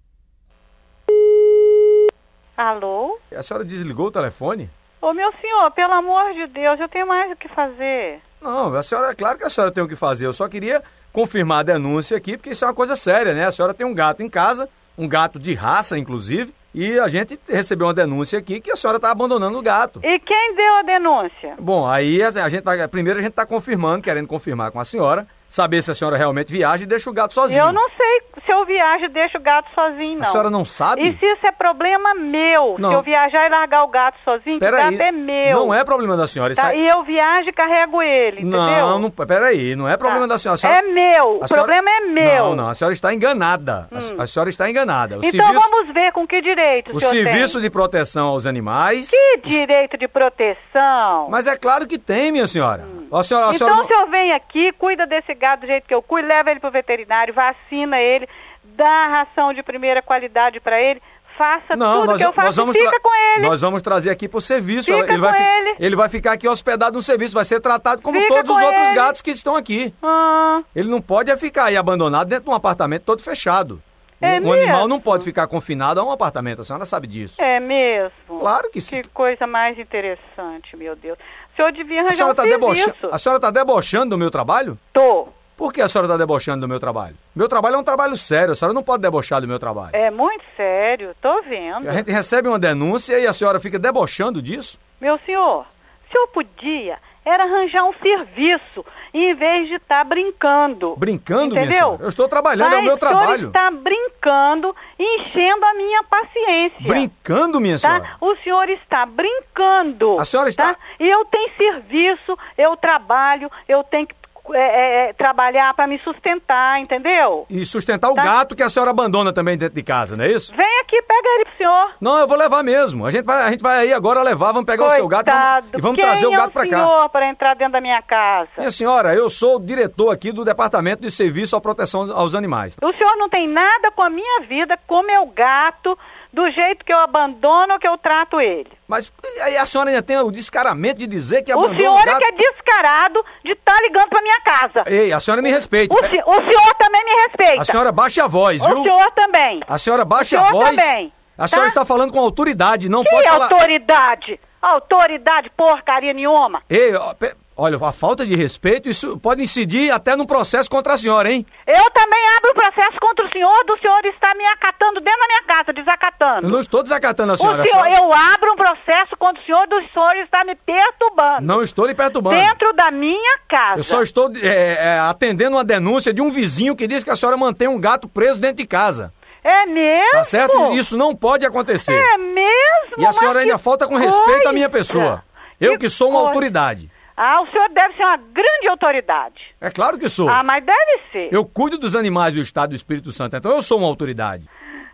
S19: Alô?
S18: A senhora desligou o telefone?
S19: Ô meu senhor, pelo amor de Deus, eu tenho mais o que fazer.
S18: Não, a senhora, é claro que a senhora tem o que fazer. Eu só queria confirmar a denúncia aqui, porque isso é uma coisa séria, né? A senhora tem um gato em casa, um gato de raça, inclusive, e a gente recebeu uma denúncia aqui que a senhora tá abandonando o gato.
S19: E quem deu a denúncia?
S18: Bom, aí a, a gente vai. Primeiro a gente tá confirmando, querendo confirmar com a senhora, saber se a senhora realmente viaja e deixa o gato sozinho.
S19: Eu não sei se eu viajo e deixo o gato sozinho, não.
S18: A senhora não sabe?
S19: E se isso é problema meu,
S18: Não.
S19: se eu viajar e largar o gato sozinho, que
S18: Peraí,
S19: gato é meu.
S18: Não é problema da senhora. Isso
S19: Tá?
S18: aí-
S19: E eu viajo e carrego ele, entendeu?
S18: Não, não, peraí, não é problema da senhora. A senhora-
S19: É meu,
S18: a
S19: o
S18: senhora-
S19: problema é meu.
S18: Não, não, a senhora está enganada. A-
S19: Hum.
S18: A, senhora está enganada. O
S19: então
S18: serviço,
S19: vamos ver com que direito
S18: o
S19: senhor
S18: serviço de proteção aos animais.
S19: tem. Que direito de proteção?
S18: Mas é claro que tem, minha senhora. A senhora, a
S19: então
S18: senhora não-
S19: o senhor vem aqui, cuida desse gado do jeito que eu cuido, leva ele pro veterinário, vacina ele, dá ração de primeira qualidade para ele, faça
S18: Não,
S19: tudo
S18: nós,
S19: que eu faço,
S18: nós vamos
S19: fica
S18: tra-
S19: com ele.
S18: Nós vamos trazer aqui pro serviço.
S19: Fica
S18: ele, vai
S19: com
S18: fi-
S19: ele.
S18: ele vai ficar aqui hospedado no serviço, vai ser tratado como
S19: Fica
S18: todos os
S19: com
S18: outros
S19: ele.
S18: gatos que estão aqui.
S19: Ah,
S18: Ele não pode é ficar aí abandonado dentro de um apartamento todo fechado.
S19: É
S18: um, um animal
S19: mesmo?
S18: não pode ficar confinado a um apartamento, a senhora sabe disso.
S19: é mesmo.
S18: Claro que
S19: sim. Que coisa mais interessante, meu Deus. O senhor devia
S18: A
S19: arranjar
S18: senhora,
S19: um
S18: tá
S19: serviço.
S18: debocha... a senhora tá debochando do meu trabalho?
S19: Tô.
S18: Por que a senhora tá debochando do meu trabalho? Meu trabalho é um trabalho sério, a senhora não pode debochar do meu trabalho.
S19: É muito sério, tô vendo.
S18: A gente recebe uma denúncia e a senhora fica debochando disso?
S19: Meu senhor, se eu podia, era arranjar um serviço, em vez de estar brincando.
S18: Brincando, minha
S19: Entendeu?
S18: senhora? Eu estou trabalhando, é o
S19: Mas
S18: meu
S19: O senhor
S18: trabalho.
S19: está brincando e enchendo a minha paciência.
S18: Brincando, minha senhora?
S19: Tá? O senhor está brincando.
S18: A senhora está-
S19: tá? E eu tenho serviço, eu trabalho, eu tenho que é, é, é, trabalhar para me sustentar, entendeu?
S18: E sustentar o
S19: Tá.
S18: gato que a senhora abandona também dentro de casa, não é isso?
S19: Vem aqui, pega ele pro senhor.
S18: Não, eu vou levar mesmo. A gente vai, a gente vai aí agora levar, vamos pegar o seu gato e vamos,
S19: Coitado.
S18: e vamos
S19: Quem
S18: trazer o
S19: é
S18: gato pra cá.
S19: senhor para entrar dentro da minha casa?
S18: Minha senhora, eu sou o diretor aqui do Departamento de Serviço à Proteção aos Animais.
S19: O senhor não tem nada com a minha vida, com o meu gato, do jeito que eu abandono ou que eu trato ele.
S18: Mas aí a senhora ainda tem o descaramento de dizer que
S19: O
S18: abandonou
S19: senhor
S18: o
S19: é
S18: gato.
S19: que é descarado de estar ligando pra minha casa.
S18: Ei, a senhora me respeita.
S19: O, se- o senhor também me respeita.
S18: A senhora baixa a voz, viu?
S19: O senhor também.
S18: A senhora baixa
S19: O
S18: a
S19: senhor
S18: voz.
S19: também,
S18: A senhora
S19: tá?
S18: está falando com autoridade, não
S19: que
S18: pode falar.
S19: autoridade? Autoridade porcaria nenhuma.
S18: Ei, ó, pe- olha, a falta de respeito, isso pode incidir até num processo contra a senhora, hein?
S19: Eu também abro processo contra o senhor, do senhor estar me acatando dentro da minha casa,
S18: Eu
S19: desacatando.
S18: não estou desacatando a senhora.
S19: o senhor,
S18: a senhora-
S19: eu abro um processo contra o senhor, do senhor estar me perturbando.
S18: Não estou lhe perturbando.
S19: Dentro da minha casa.
S18: Eu só estou é, é, atendendo uma denúncia de um vizinho que diz que a senhora mantém um gato preso dentro de casa.
S19: É mesmo?
S18: Tá certo? Isso não pode acontecer.
S19: É mesmo?
S18: e a
S19: Mas
S18: senhora
S19: que
S18: ainda falta com
S19: coisa.
S18: respeito à minha pessoa. Eu que sou uma
S19: coisa.
S18: autoridade.
S19: Ah, o senhor deve ser uma grande autoridade.
S18: É claro que sou.
S19: Ah, mas deve ser.
S18: Eu cuido dos animais do Estado do Espírito Santo, então eu sou uma autoridade.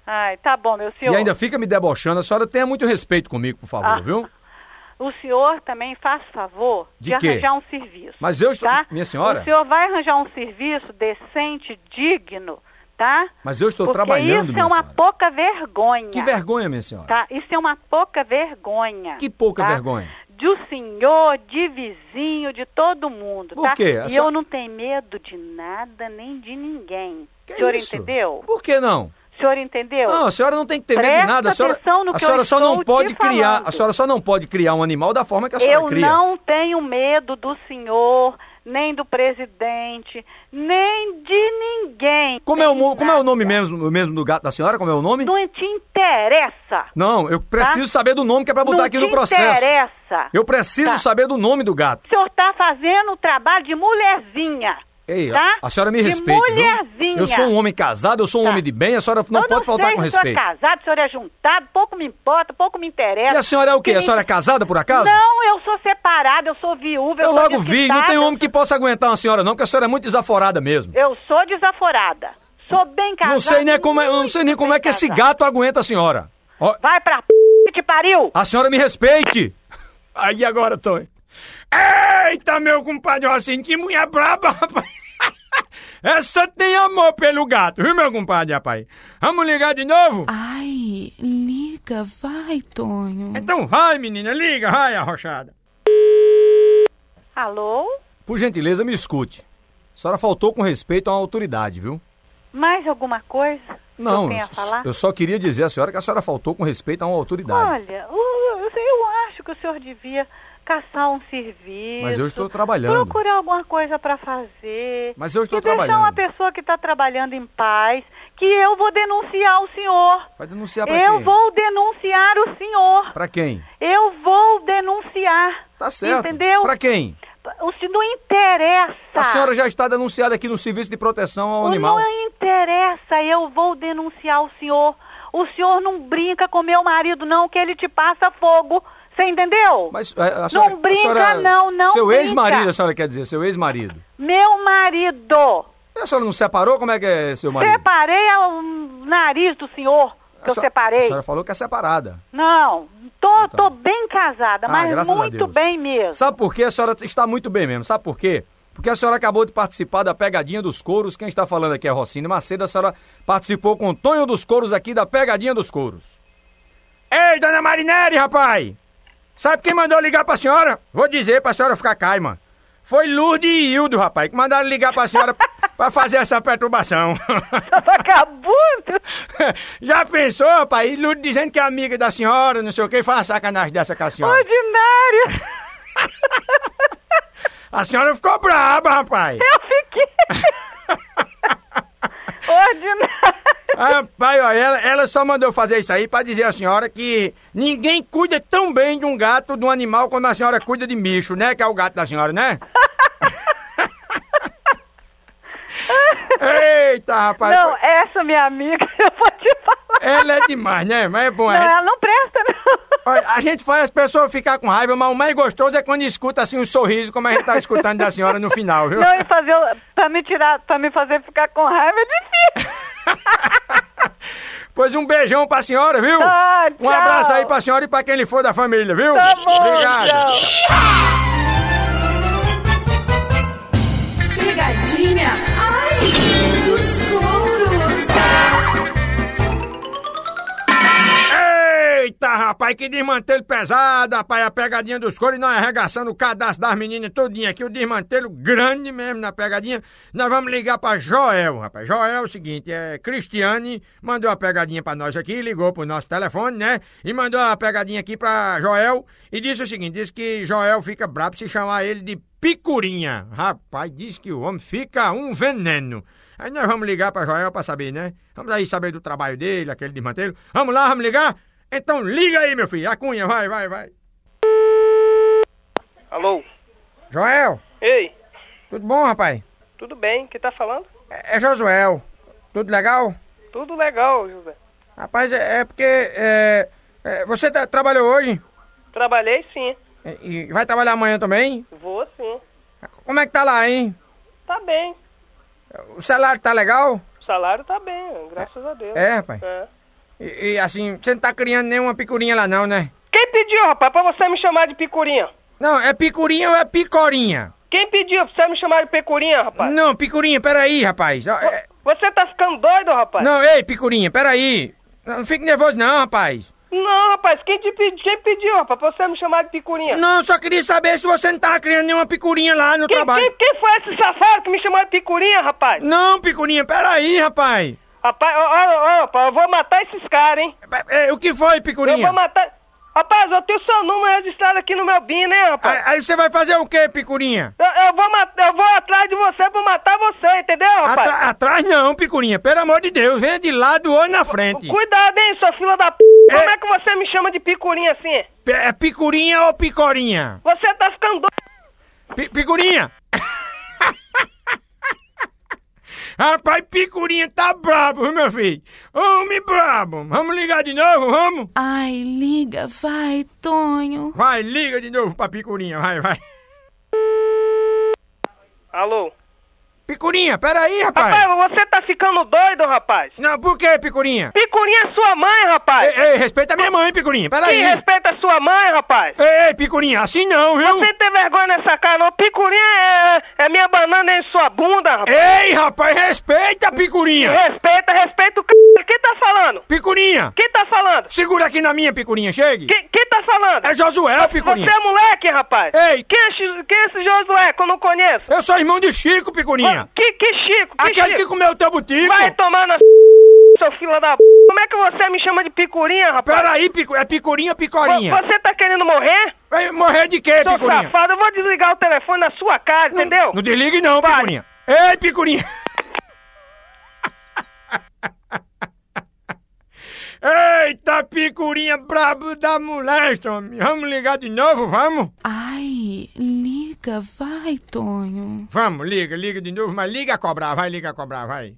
S19: Ai, tá bom, meu senhor.
S18: E ainda fica me debochando. A senhora tenha muito respeito comigo, por favor,
S19: Ah.
S18: viu?
S19: O senhor também faz favor de,
S18: De quê?
S19: arranjar um serviço.
S18: Mas eu estou-
S19: Tá?
S18: minha senhora?
S19: O senhor vai arranjar um serviço decente, digno, tá?
S18: Mas eu estou
S19: Porque
S18: trabalhando,
S19: isso é
S18: minha
S19: uma
S18: senhora.
S19: pouca vergonha.
S18: Que vergonha, minha senhora.
S19: Tá? Isso é uma pouca vergonha.
S18: Que pouca
S19: tá?
S18: vergonha.
S19: Do senhor, de vizinho, de todo mundo,
S18: Por
S19: tá?
S18: quê? A
S19: E
S18: sen-
S19: eu não tenho medo de nada, nem de ninguém.
S18: Que
S19: o senhor
S18: isso?
S19: entendeu?
S18: Por que não?
S19: O senhor entendeu?
S18: Não, a senhora não tem que ter medo de
S19: Presta
S18: nada. A senhora,
S19: atenção no
S18: a
S19: que eu
S18: senhora só não
S19: estou te
S18: pode criar.
S19: falando.
S18: A senhora só não pode criar um animal da forma que a senhora
S19: Eu
S18: cria.
S19: não tenho medo do senhor, nem do presidente, nem de ninguém.
S18: Como é o, mo- como é o nome mesmo, mesmo do gato da senhora? Como é o nome?
S19: Não te interessa.
S18: Não, eu preciso saber do nome que é pra botar
S19: Não
S18: aqui
S19: te
S18: no processo.
S19: interessa.
S18: Eu preciso
S19: Tá.
S18: saber do nome do gato.
S19: O senhor tá fazendo o trabalho de mulherzinha.
S18: Ei,
S19: tá?
S18: a senhora me
S19: De
S18: respeita,
S19: mulherzinha. Tá.
S18: viu? Eu sou um homem casado, eu sou um homem de bem, a senhora não
S19: Eu
S18: pode faltar
S19: sei
S18: com
S19: se o senhor
S18: respeito.
S19: é casado, se o senhor é juntado, pouco me importa, pouco me interessa.
S18: E a senhora é o quê? A senhora é casada, por acaso?
S19: Não, eu sou separada, eu sou viúva, eu,
S18: Eu
S19: sou
S18: logo vi, não tem
S19: desquitada,
S18: homem que possa aguentar uma senhora não, porque a senhora é muito desaforada mesmo.
S19: Eu sou desaforada. Sou bem casada.
S18: Não sei, nem como é, eu não sei nem como é que esse gato aguenta a senhora. Ó,
S19: Vai pra p que te pariu!
S18: a senhora me respeite.
S1: Aí agora, Tony. Eita, meu compadre Rocinho, que mulher braba, rapaz. Essa tem amor pelo gato, viu, meu compadre, rapaz? Vamos ligar de novo?
S16: Ah.
S10: Ai, liga, vai, Tonho.
S1: Então vai, menina, liga, vai, arrochada.
S19: Alô?
S18: Por gentileza, me escute. A senhora faltou com respeito a uma autoridade, viu?
S19: Mais alguma coisa? que
S18: Não,
S19: eu tenho a
S18: s-
S19: falar?
S18: eu só queria dizer à senhora que a senhora faltou com respeito a uma autoridade.
S19: Olha, o- eu, eu acho que o senhor devia caçar um serviço.
S18: Mas eu estou trabalhando.
S19: Procurar alguma coisa pra fazer.
S18: Mas eu estou
S19: e deixar
S18: trabalhando.
S19: uma pessoa que tá trabalhando em paz, que eu vou denunciar o senhor.
S18: Vai denunciar pra
S19: Eu
S18: quem?
S19: vou denunciar o senhor.
S18: Pra quem?
S19: Eu vou denunciar.
S18: Tá certo.
S19: Entendeu? Tá.
S18: Pra quem?
S19: O se não interessa.
S18: A senhora já está denunciada aqui no Serviço de Proteção ao Animal.
S19: Não interessa, eu vou denunciar o senhor. O senhor não brinca com meu marido, não, que ele te passa fogo. Você entendeu?
S18: Mas é, a senhora,
S19: não
S18: a
S19: brinca,
S18: senhora-
S19: não, não.
S18: Seu
S19: brinca.
S18: ex-marido, a senhora quer dizer, seu ex-marido.
S19: Meu marido.
S18: E A senhora não separou? Como é que é seu marido?
S19: Separei a- o nariz do senhor, que eu
S18: senhora- A
S19: separei.
S18: senhora falou que é separada.
S19: Não, tô, tô bem casada,
S18: Ah,
S19: mas
S18: graças a
S19: muito
S18: Deus.
S19: bem mesmo.
S18: Sabe por quê? A senhora está muito bem mesmo. Sabe por quê? Porque a senhora acabou de participar da Pegadinha dos Couros. Quem está falando aqui é Rocine Macedo. A senhora participou com o Tonho dos Couros aqui da Pegadinha dos Couros.
S1: Ei, dona Marinelli, rapaz! Sabe quem mandou ligar pra senhora? Vou dizer pra senhora ficar caima. Foi Lourdes e Hildo, rapaz, que mandaram ligar pra senhora pra fazer essa perturbação.
S19: Vagabundo!
S1: Já pensou, rapaz? E Lourdes dizendo que é amiga da senhora, não sei o que, faz uma sacanagem dessa com a senhora.
S19: Ordinário!
S1: A senhora ficou braba, rapaz!
S19: Eu fiquei! Ordinário!
S1: Rapaz, ó, ela, ela só mandou fazer isso aí pra dizer à senhora que ninguém cuida tão bem de um gato, de um animal, como a senhora cuida de bicho, né? Que é o gato da senhora, né? Eita, rapaz!
S19: Não, essa minha amiga, eu vou te falar.
S1: Ela é demais, né? Mas é bom.
S19: Não,
S1: a gente-
S19: ela não presta, não.
S1: Olha, a gente faz as pessoas ficar com raiva, mas o mais gostoso é quando escuta assim um sorriso, como a
S18: é
S1: gente tá escutando da senhora no final, viu?
S19: Não, e fazer, o- pra me tirar, pra me fazer ficar com raiva é difícil.
S1: Pois um beijão pra senhora, viu?
S19: Ah,
S1: um
S19: tchau.
S1: abraço aí pra senhora e pra quem lhe for da família, viu?
S19: Tá bom,
S1: Obrigado.
S19: tchau.
S2: Pegadinha, ai, dos touros.
S1: Eita, rapaz, que desmantelho pesado, rapaz, a pegadinha dos coros e nós arregaçando o cadastro das meninas todinha aqui, o desmantelho grande mesmo na pegadinha. Nós vamos ligar pra Joel, rapaz. Joel é o seguinte, é Cristiane, mandou a pegadinha pra nós aqui, ligou pro nosso telefone, né? E mandou a pegadinha aqui pra Joel e disse o seguinte, disse que Joel fica brabo se chamar ele de picurinha. Rapaz, diz que o homem fica um veneno. Aí nós vamos ligar pra Joel pra saber, né? Vamos aí saber do trabalho dele, aquele desmantelho. Vamos lá, vamos ligar? Então liga aí, meu filho. A cunha, vai, vai, vai.
S8: Alô?
S1: Joel,
S8: Ei,
S1: tudo bom, rapaz?
S8: tudo bem? Quem tá falando?
S1: É, é Josuel. Tudo legal?
S8: Tudo legal, José.
S1: Rapaz, é, é porque é, é, você tá- trabalhou hoje
S8: Trabalhei sim.
S1: e, e vai trabalhar amanhã também?
S8: Vou sim.
S1: Como é que tá lá, hein?
S8: Tá bem.
S1: O salário tá legal?
S8: O salário tá bem, graças a Deus.
S1: É, rapaz.
S8: É.
S1: E, e, assim, você não tá criando nenhuma picurinha lá não, né?
S8: Quem pediu, rapaz, pra você me chamar de picurinha?
S1: Não, é picurinha ou é picorinha?
S8: Quem pediu pra você me chamar de picurinha, rapaz?
S1: Não, picurinha, peraí, rapaz. Ó, é-
S8: Você tá ficando doido, rapaz?
S1: Não, ei, picurinha, peraí. Não, não fique nervoso não, rapaz.
S8: Não, rapaz, quem te pediu? Quem pediu, rapaz, pra você me chamar de picurinha?
S1: Não, eu só queria saber se você não tava criando nenhuma picurinha lá no
S8: Quem,
S1: trabalho.
S8: quem, quem foi esse safado que me chamou de picurinha, rapaz?
S1: Não, picurinha, peraí, rapaz.
S8: Rapaz, ó, ó, ó, rapaz, eu vou matar esses caras, hein?
S1: É, o que foi,
S8: Eu
S1: picurinha?
S8: vou matar. Rapaz, eu tenho seu número registrado aqui no meu BIM, né, rapaz?
S1: Aí aí você vai fazer o quê, picurinha?
S8: Eu, eu vou matar, eu vou atrás de você pra matar você, entendeu, rapaz?
S1: Atra- atrás não, picurinha, pelo amor de Deus, venha de lado ou na frente.
S8: Cuidado, hein, sua fila da p. Como é que você me chama de picurinha assim?
S1: P- é picurinha ou picorinha?
S8: Você tá ficando doido.
S1: Pi- picurinha! Rapaz, picurinha tá brabo, viu, meu filho? Homem brabo! Vamos ligar de novo, vamos?
S16: Ai, liga, vai, Tonho.
S1: Vai, liga de novo pra picurinha, vai, vai.
S8: Alô?
S1: Picurinha, peraí, rapaz!
S8: Rapaz, você tá ficando doido, rapaz?
S1: Não, por que, picurinha?
S8: Picurinha é sua mãe,
S1: Ei,
S8: rapaz!
S1: ei, respeita a minha mãe, picurinha, peraí!
S8: Quem respeita a sua mãe, rapaz?
S1: Ei, ei, picurinha, assim não, viu?
S8: Você tem vergonha nessa cara, não? Picurinha é, é minha banana em sua bunda, rapaz!
S1: Ei, rapaz, respeita, picurinha!
S8: Respeita, respeita o c. Quem tá falando?
S1: Picurinha!
S8: Quem tá falando?
S1: Segura aqui na minha, picurinha, chegue!
S8: Quem, quem tá falando?
S1: É Josué,
S8: Você
S1: picurinha!
S8: é moleque, rapaz?
S1: Ei.
S8: Quem é, esse- quem é esse Josué que eu não conheço? Ah,
S1: Eu sou irmão de Chico, picurinha!
S8: Que, que Chico? Que
S1: Aquele
S8: Chico?
S1: que comeu o teu butico!
S8: Vai tomar na c... seu filho da p... Como é que você me chama de picurinha, rapaz?
S1: Peraí, picu... é picurinha, picorinha!
S8: Você tá querendo morrer?
S1: Vai morrer de quê,
S8: Seu
S1: picurinha?
S8: safado, eu vou desligar o telefone na sua cara, entendeu?
S1: Não desligue não,
S8: Vai.
S1: picurinha! Ei, picurinha! Eita, picurinha brabo da molesta, homem. Vamos ligar de novo, vamos?
S16: Ai, liga, vai, Tonho.
S1: Vamos, liga, liga de novo, mas liga a cobrar, vai, liga a cobrar, vai.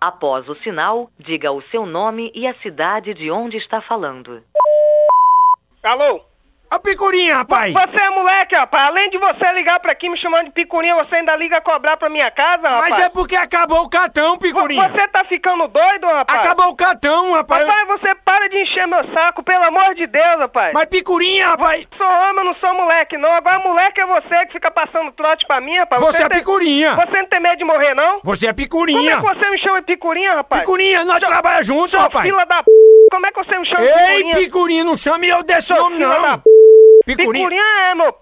S11: Após o sinal, diga o seu nome e a cidade de onde está falando.
S8: Alô?
S1: Ó, picurinha, rapaz!
S8: Você é moleque, rapaz. Além de você ligar pra aqui me chamando de picurinha, você ainda liga cobrar pra minha casa, rapaz.
S1: Mas é porque acabou o cartão, picurinha.
S8: Você tá ficando doido, rapaz?
S1: Acabou o cartão, rapaz.
S8: Rapaz, você para de encher meu saco, pelo amor de Deus, rapaz.
S1: Mas picurinha, rapaz!
S8: Eu sou homem, eu não sou moleque, não. Agora moleque é você que fica passando trote pra mim, rapaz.
S1: Você é
S8: tem-
S1: picurinha.
S8: Você não tem medo de morrer, não?
S1: Você é
S8: Como é
S1: picurinha.
S8: que você me chama de picurinha, rapaz?
S1: Picurinha, nós trabalhamos juntos,
S8: Seu
S1: rapaz.
S8: fila da p... Como é que você me chama de
S1: Ei,
S8: picurinha?
S1: picurinha, não chame eu desse
S8: Seu
S1: nome,
S8: fila
S1: não.
S8: da p...
S1: Picurinha.
S8: é, meu p...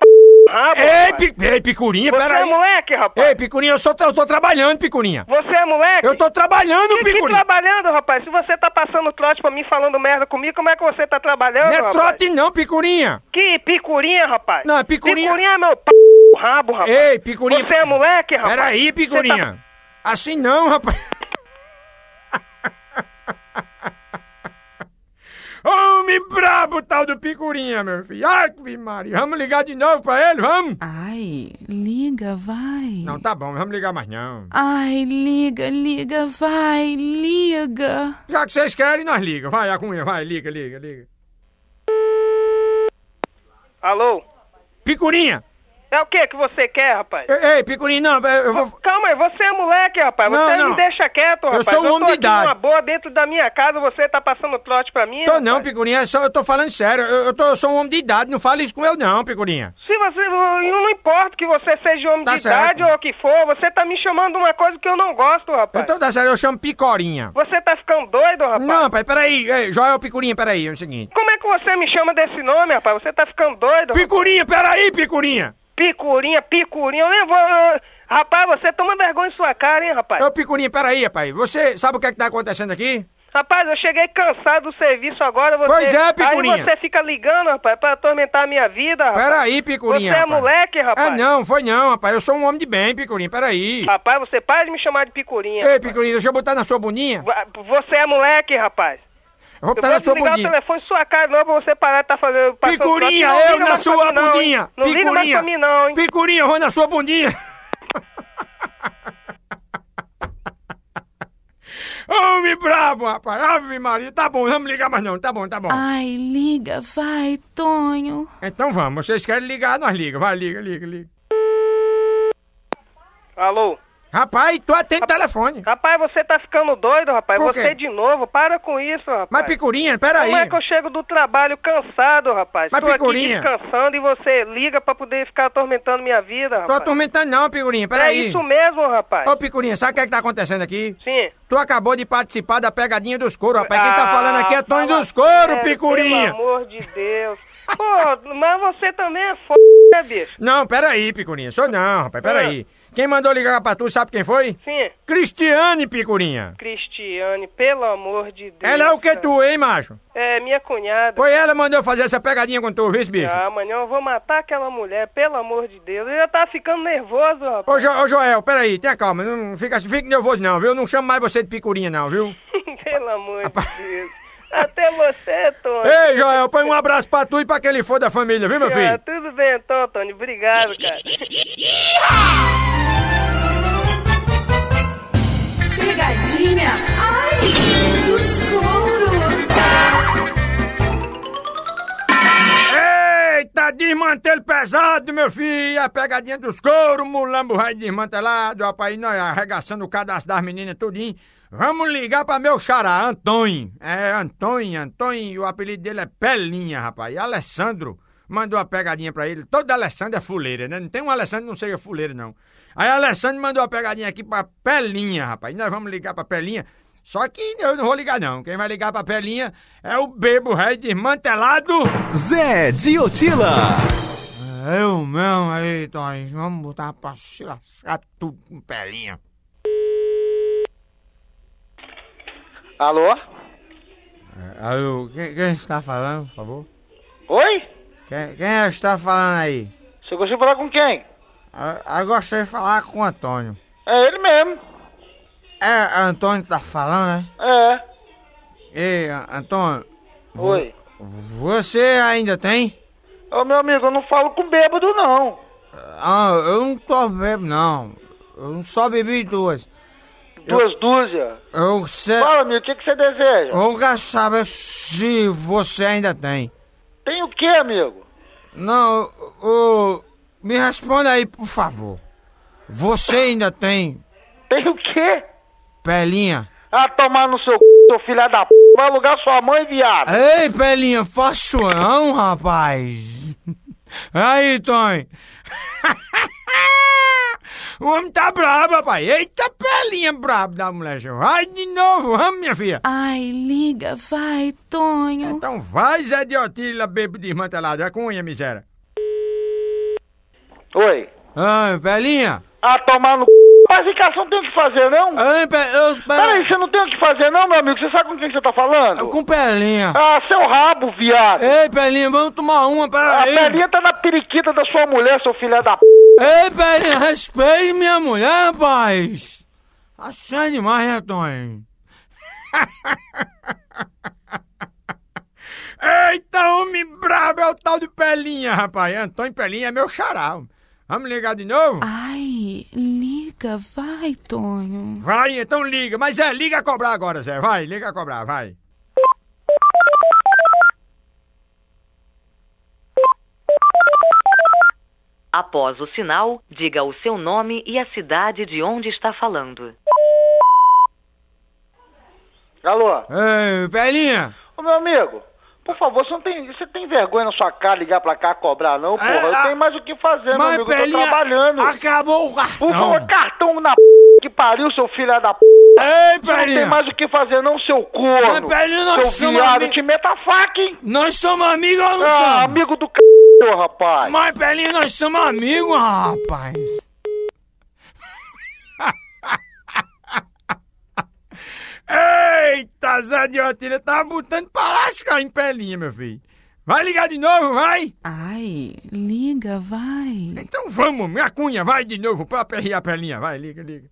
S8: Rabo,
S1: Ei,
S8: rapaz.
S1: pi... Ei, picurinha,
S8: Você
S1: peraí.
S8: é moleque, rapaz?
S1: Ei, picurinha, eu, só tra- eu tô trabalhando, picurinha.
S8: Você é moleque?
S1: Eu tô trabalhando,
S8: Que- que
S1: picurinha.
S8: trabalhando, rapaz? Se você tá passando trote pra mim, falando merda comigo, como é que você tá trabalhando,
S1: Não é
S8: rapaz?
S1: trote não, picurinha.
S8: Que picurinha, rapaz?
S1: Não, é picurinha.
S8: Picurinha é meu p... rabo, rapaz.
S1: Ei, picurinha.
S8: Você é moleque, rapaz?
S1: Peraí,
S8: Você tá
S1: picurinha. Assim não, rapaz. Homem brabo, tal do picurinha, meu filho. Ave Maria. Vamos ligar de novo pra ele, vamos?
S10: Ai, liga, vai.
S1: Não, tá bom, vamos ligar mais não.
S10: Ai, liga, liga, vai, liga.
S1: Já que vocês querem, nós liga. Vai, a cunha, vai, liga, liga, liga.
S8: tá- Alô?
S1: Picurinha!
S8: É o que que você quer, rapaz?
S1: Ei, ei, picurinha, não, eu vou...
S8: Calma aí, você é moleque, rapaz.
S1: Não,
S8: você
S1: não.
S8: me deixa quieto,
S1: Eu
S8: rapaz.
S1: sou um
S8: tô
S1: homem de
S8: aqui
S1: idade.
S8: numa boa dentro da minha casa, você tá passando trote pra mim?
S1: Tô
S8: rapaz.
S1: não, Picurinha, é só, eu tô falando sério. Eu, eu tô, eu sou um homem de idade, não fala isso com eu não, Picurinha.
S8: Se você. eu Não importa que você seja homem
S1: Tá
S8: de
S1: certo.
S8: idade ou o que for, você tá me chamando uma coisa que eu não gosto,
S1: Eu
S8: rapaz.
S1: tô da sério, Então tá eu chamo Picorinha.
S8: Você tá ficando doido, rapaz?
S1: Não, pai, peraí, ei, Joel Picurinha, peraí, é o seguinte.
S8: Como é que você me chama desse nome, rapaz? Você tá ficando doido? rapaz?
S1: Picurinha, peraí, Picurinha!
S8: Picurinha, picurinha, eu nem vou. eu- Rapaz, você toma vergonha em sua cara, hein, rapaz?
S1: Ô, Picurinha, peraí, rapaz, você sabe o que é que tá acontecendo aqui?
S8: Rapaz, eu cheguei cansado do serviço agora. Você...
S1: Pois é, picurinha.
S8: Aí você fica ligando, rapaz, pra atormentar a minha vida, rapaz.
S1: Peraí, Picurinha,
S8: Você é
S1: rapaz.
S8: moleque, rapaz.
S1: Ah, não, foi não, rapaz, eu sou um homem de bem, Picurinha, peraí.
S8: Rapaz, você para de me chamar de picurinha.
S1: Ei, Picurinha, deixa eu botar na sua boninha.
S8: Você é moleque, rapaz.
S1: Eu vou
S8: Eu
S1: botar na sua
S8: desligar o
S1: boninha.
S8: telefone em sua cara não pra você parar de tá fazendo... passando
S1: Picurinha,
S8: trote. Não
S1: eu
S8: liga
S1: na
S8: mais pra
S1: sua
S8: mim, não, hein?
S1: bundinha.
S8: Não liga mais
S1: Picurinha.
S8: pra mim, não, hein?
S1: Picurinha, eu vou na sua bundinha. Homem brabo, rapaz. Ave Maria. Tá bom, vamos ligar mais não. Tá bom, tá bom.
S10: Ai, liga, vai, Tonho.
S1: Então vamos. Vocês querem ligar, nós liga. Vai, liga, liga, liga.
S8: Alô?
S1: Rapaz, tu atende o telefone.
S8: Rapaz, você tá ficando doido, rapaz.
S1: Por quê?
S20: é
S8: Você de novo, para com isso, rapaz.
S1: Mas Picurinha, peraí.
S8: Como é que eu chego do trabalho cansado, rapaz?
S1: Mas,
S8: Tô aqui
S1: Picurinha-
S8: descansando e você liga pra poder ficar atormentando minha vida,
S1: Tô
S8: rapaz.
S1: atormentando não, Picurinha.
S8: É
S1: Peraí.
S8: isso mesmo, rapaz.
S1: Ô, Picurinha, sabe o que é que tá acontecendo aqui?
S8: Sim.
S1: Tu acabou de participar da pegadinha dos couro, rapaz. Quem tá
S8: Ah,
S1: falando aqui é Tony
S8: fala
S1: dos couro,
S8: sério,
S1: Picurinha.
S8: Pelo amor de Deus. Pô, mas você também é f***, né, bicho?
S1: Não, peraí, Picurinha. Sou não,
S8: Ah.
S1: rapaz, peraí. Quem mandou ligar pra tu, sabe quem foi?
S8: Sim.
S1: Cristiane, Picurinha.
S8: Cristiane, pelo amor de Deus.
S1: Ela é o que
S8: cara.
S1: tu, hein, macho?
S8: É, minha cunhada.
S1: Foi ela que mandou fazer essa pegadinha com tu, viu, esse bicho?
S8: Ah, amanhã eu vou matar aquela mulher, pelo amor de Deus. Eu já tava ficando nervoso, rapaz.
S1: Ô, Jo- ô, Joel, peraí, tenha calma. Não fica, fique nervoso não, viu? Não chamo mais você de Picurinha não, viu?
S8: pelo amor de Deus. Até você, Tony.
S1: Ei, Joel, põe um abraço pra tu e pra aquele for da família, viu, meu
S8: Ah,
S1: filho?
S8: tudo bem, então, Tony. Obrigado, cara.
S2: Pegadinha, ai, dos touros.
S1: Eita, desmantelo pesado, meu filho. A pegadinha dos couro, mulambo raio desmantelado. Rapaz, nós arregaçando o cadastro das meninas tudinho. Vamos ligar pra meu xará, Antônio. É, Antônio, Antônio. O apelido dele é Pelinha, rapaz. E Alessandro mandou a pegadinha pra ele. Todo Alessandro é fuleira, né? Não tem um Alessandro que não seja fuleira, não. Aí Alessandro mandou a pegadinha aqui pra Pelinha, rapaz. Nós vamos ligar pra Pelinha. Só que eu não vou ligar, não. Quem vai ligar pra Pelinha é o bebo rei desmantelado...
S21: Zé Diotila.
S1: Eu mesmo É aí, Tony. Vamos botar pra se lascar tudo com pelinha.
S8: Alô?
S1: É, alô, quem, quem está falando, por favor?
S8: Oi?
S1: Quem, quem está falando aí?
S8: Você gostaria de falar com quem?
S1: Eu, eu gostaria de falar com o Antônio.
S8: É ele mesmo.
S1: É, Antônio que tá falando, né?
S8: É.
S1: Ei, A- Antônio,
S8: Oi.
S1: você ainda tem?
S8: Ô, meu amigo, eu não falo com bêbado, não.
S1: Ah, eu não tô bebo, não. Eu só bebi duas.
S8: Duas dúzias.
S1: Eu sei.
S8: Fala, amigo, o que, que você deseja?
S1: Eu quero saber se você ainda tem.
S8: Tem o quê, amigo?
S1: Não, ô, ô, me responda aí, por favor. Você ainda tem
S20: Tem o quê?
S1: pelinha?
S20: Ah, tomar no seu c, seu filho da p. Vai alugar sua mãe, viado.
S1: Ei, pelinha, faço não, rapaz. Aí, Tony. O homem tá brabo, rapaz. Eita, pelinha brabo da mulher. Vai de novo, vamos, minha filha.
S10: Ai, liga, vai, Tonho.
S1: Então vai, Zé de Otília, bebo desmantelado. É cunha, miséria.
S20: Oi.
S1: Ai, pelinha.
S20: Ah, tomar no c. Mas Ricardo, não tem o que fazer, não?
S1: Ei, É, pe... eu...
S20: Peraí, você não tem o que fazer, não, meu amigo? Você sabe com quem você tá falando?
S1: É Com pelinha.
S20: Ah, seu rabo, viado.
S1: Ei, pelinha, vamos tomar uma,
S20: A
S1: peraí.
S20: Belinha tá na periquita da sua mulher, seu filho da p.
S1: Ei, Pelinha, respeite minha mulher, rapaz! Achei demais, né, Tony? Eita, homem brabo é o tal de Pelinha, rapaz. Antônio Pelinha é meu xará. Vamos ligar de novo?
S10: Ai, liga, vai, Tonho.
S1: Vai, então liga. Mas é, liga a cobrar agora, Zé. Vai, liga a cobrar, vai.
S11: Após o sinal, diga o seu nome e a cidade de onde está falando.
S20: Alô?
S1: Ei, Pelinha!
S20: Ô, meu amigo, por favor, você não tem, você tem vergonha na sua cara ligar pra cá cobrar, não, porra? Eu tenho mais o que fazer, meu
S1: É, Mas,
S20: amigo. Eu tô
S1: Pelinha,
S20: trabalhando.
S1: Acabou o cartão.
S20: Por favor, cartão na p que pariu, seu filho é da p.
S1: Ei,
S20: Você não
S1: Pelinha!
S20: tem mais o que fazer, não, seu
S1: Mas,
S20: corno.
S1: Pelinha, nós
S20: seu
S1: somos
S20: viado,
S1: ami-
S20: te meta a faca, hein?
S1: Nós somos amigos ou não
S20: ah,
S1: somos?
S20: amigo do c, rapaz.
S1: Mas, Pelinha, nós somos amigos, rapaz. Eita, Zé de Otília, tá botando pra lascar em Pelinha, meu filho. Vai ligar de novo, vai?
S10: Ai, liga, vai.
S1: Então vamos, minha cunha, vai de novo pra aperrear a Pelinha. Vai, liga, liga.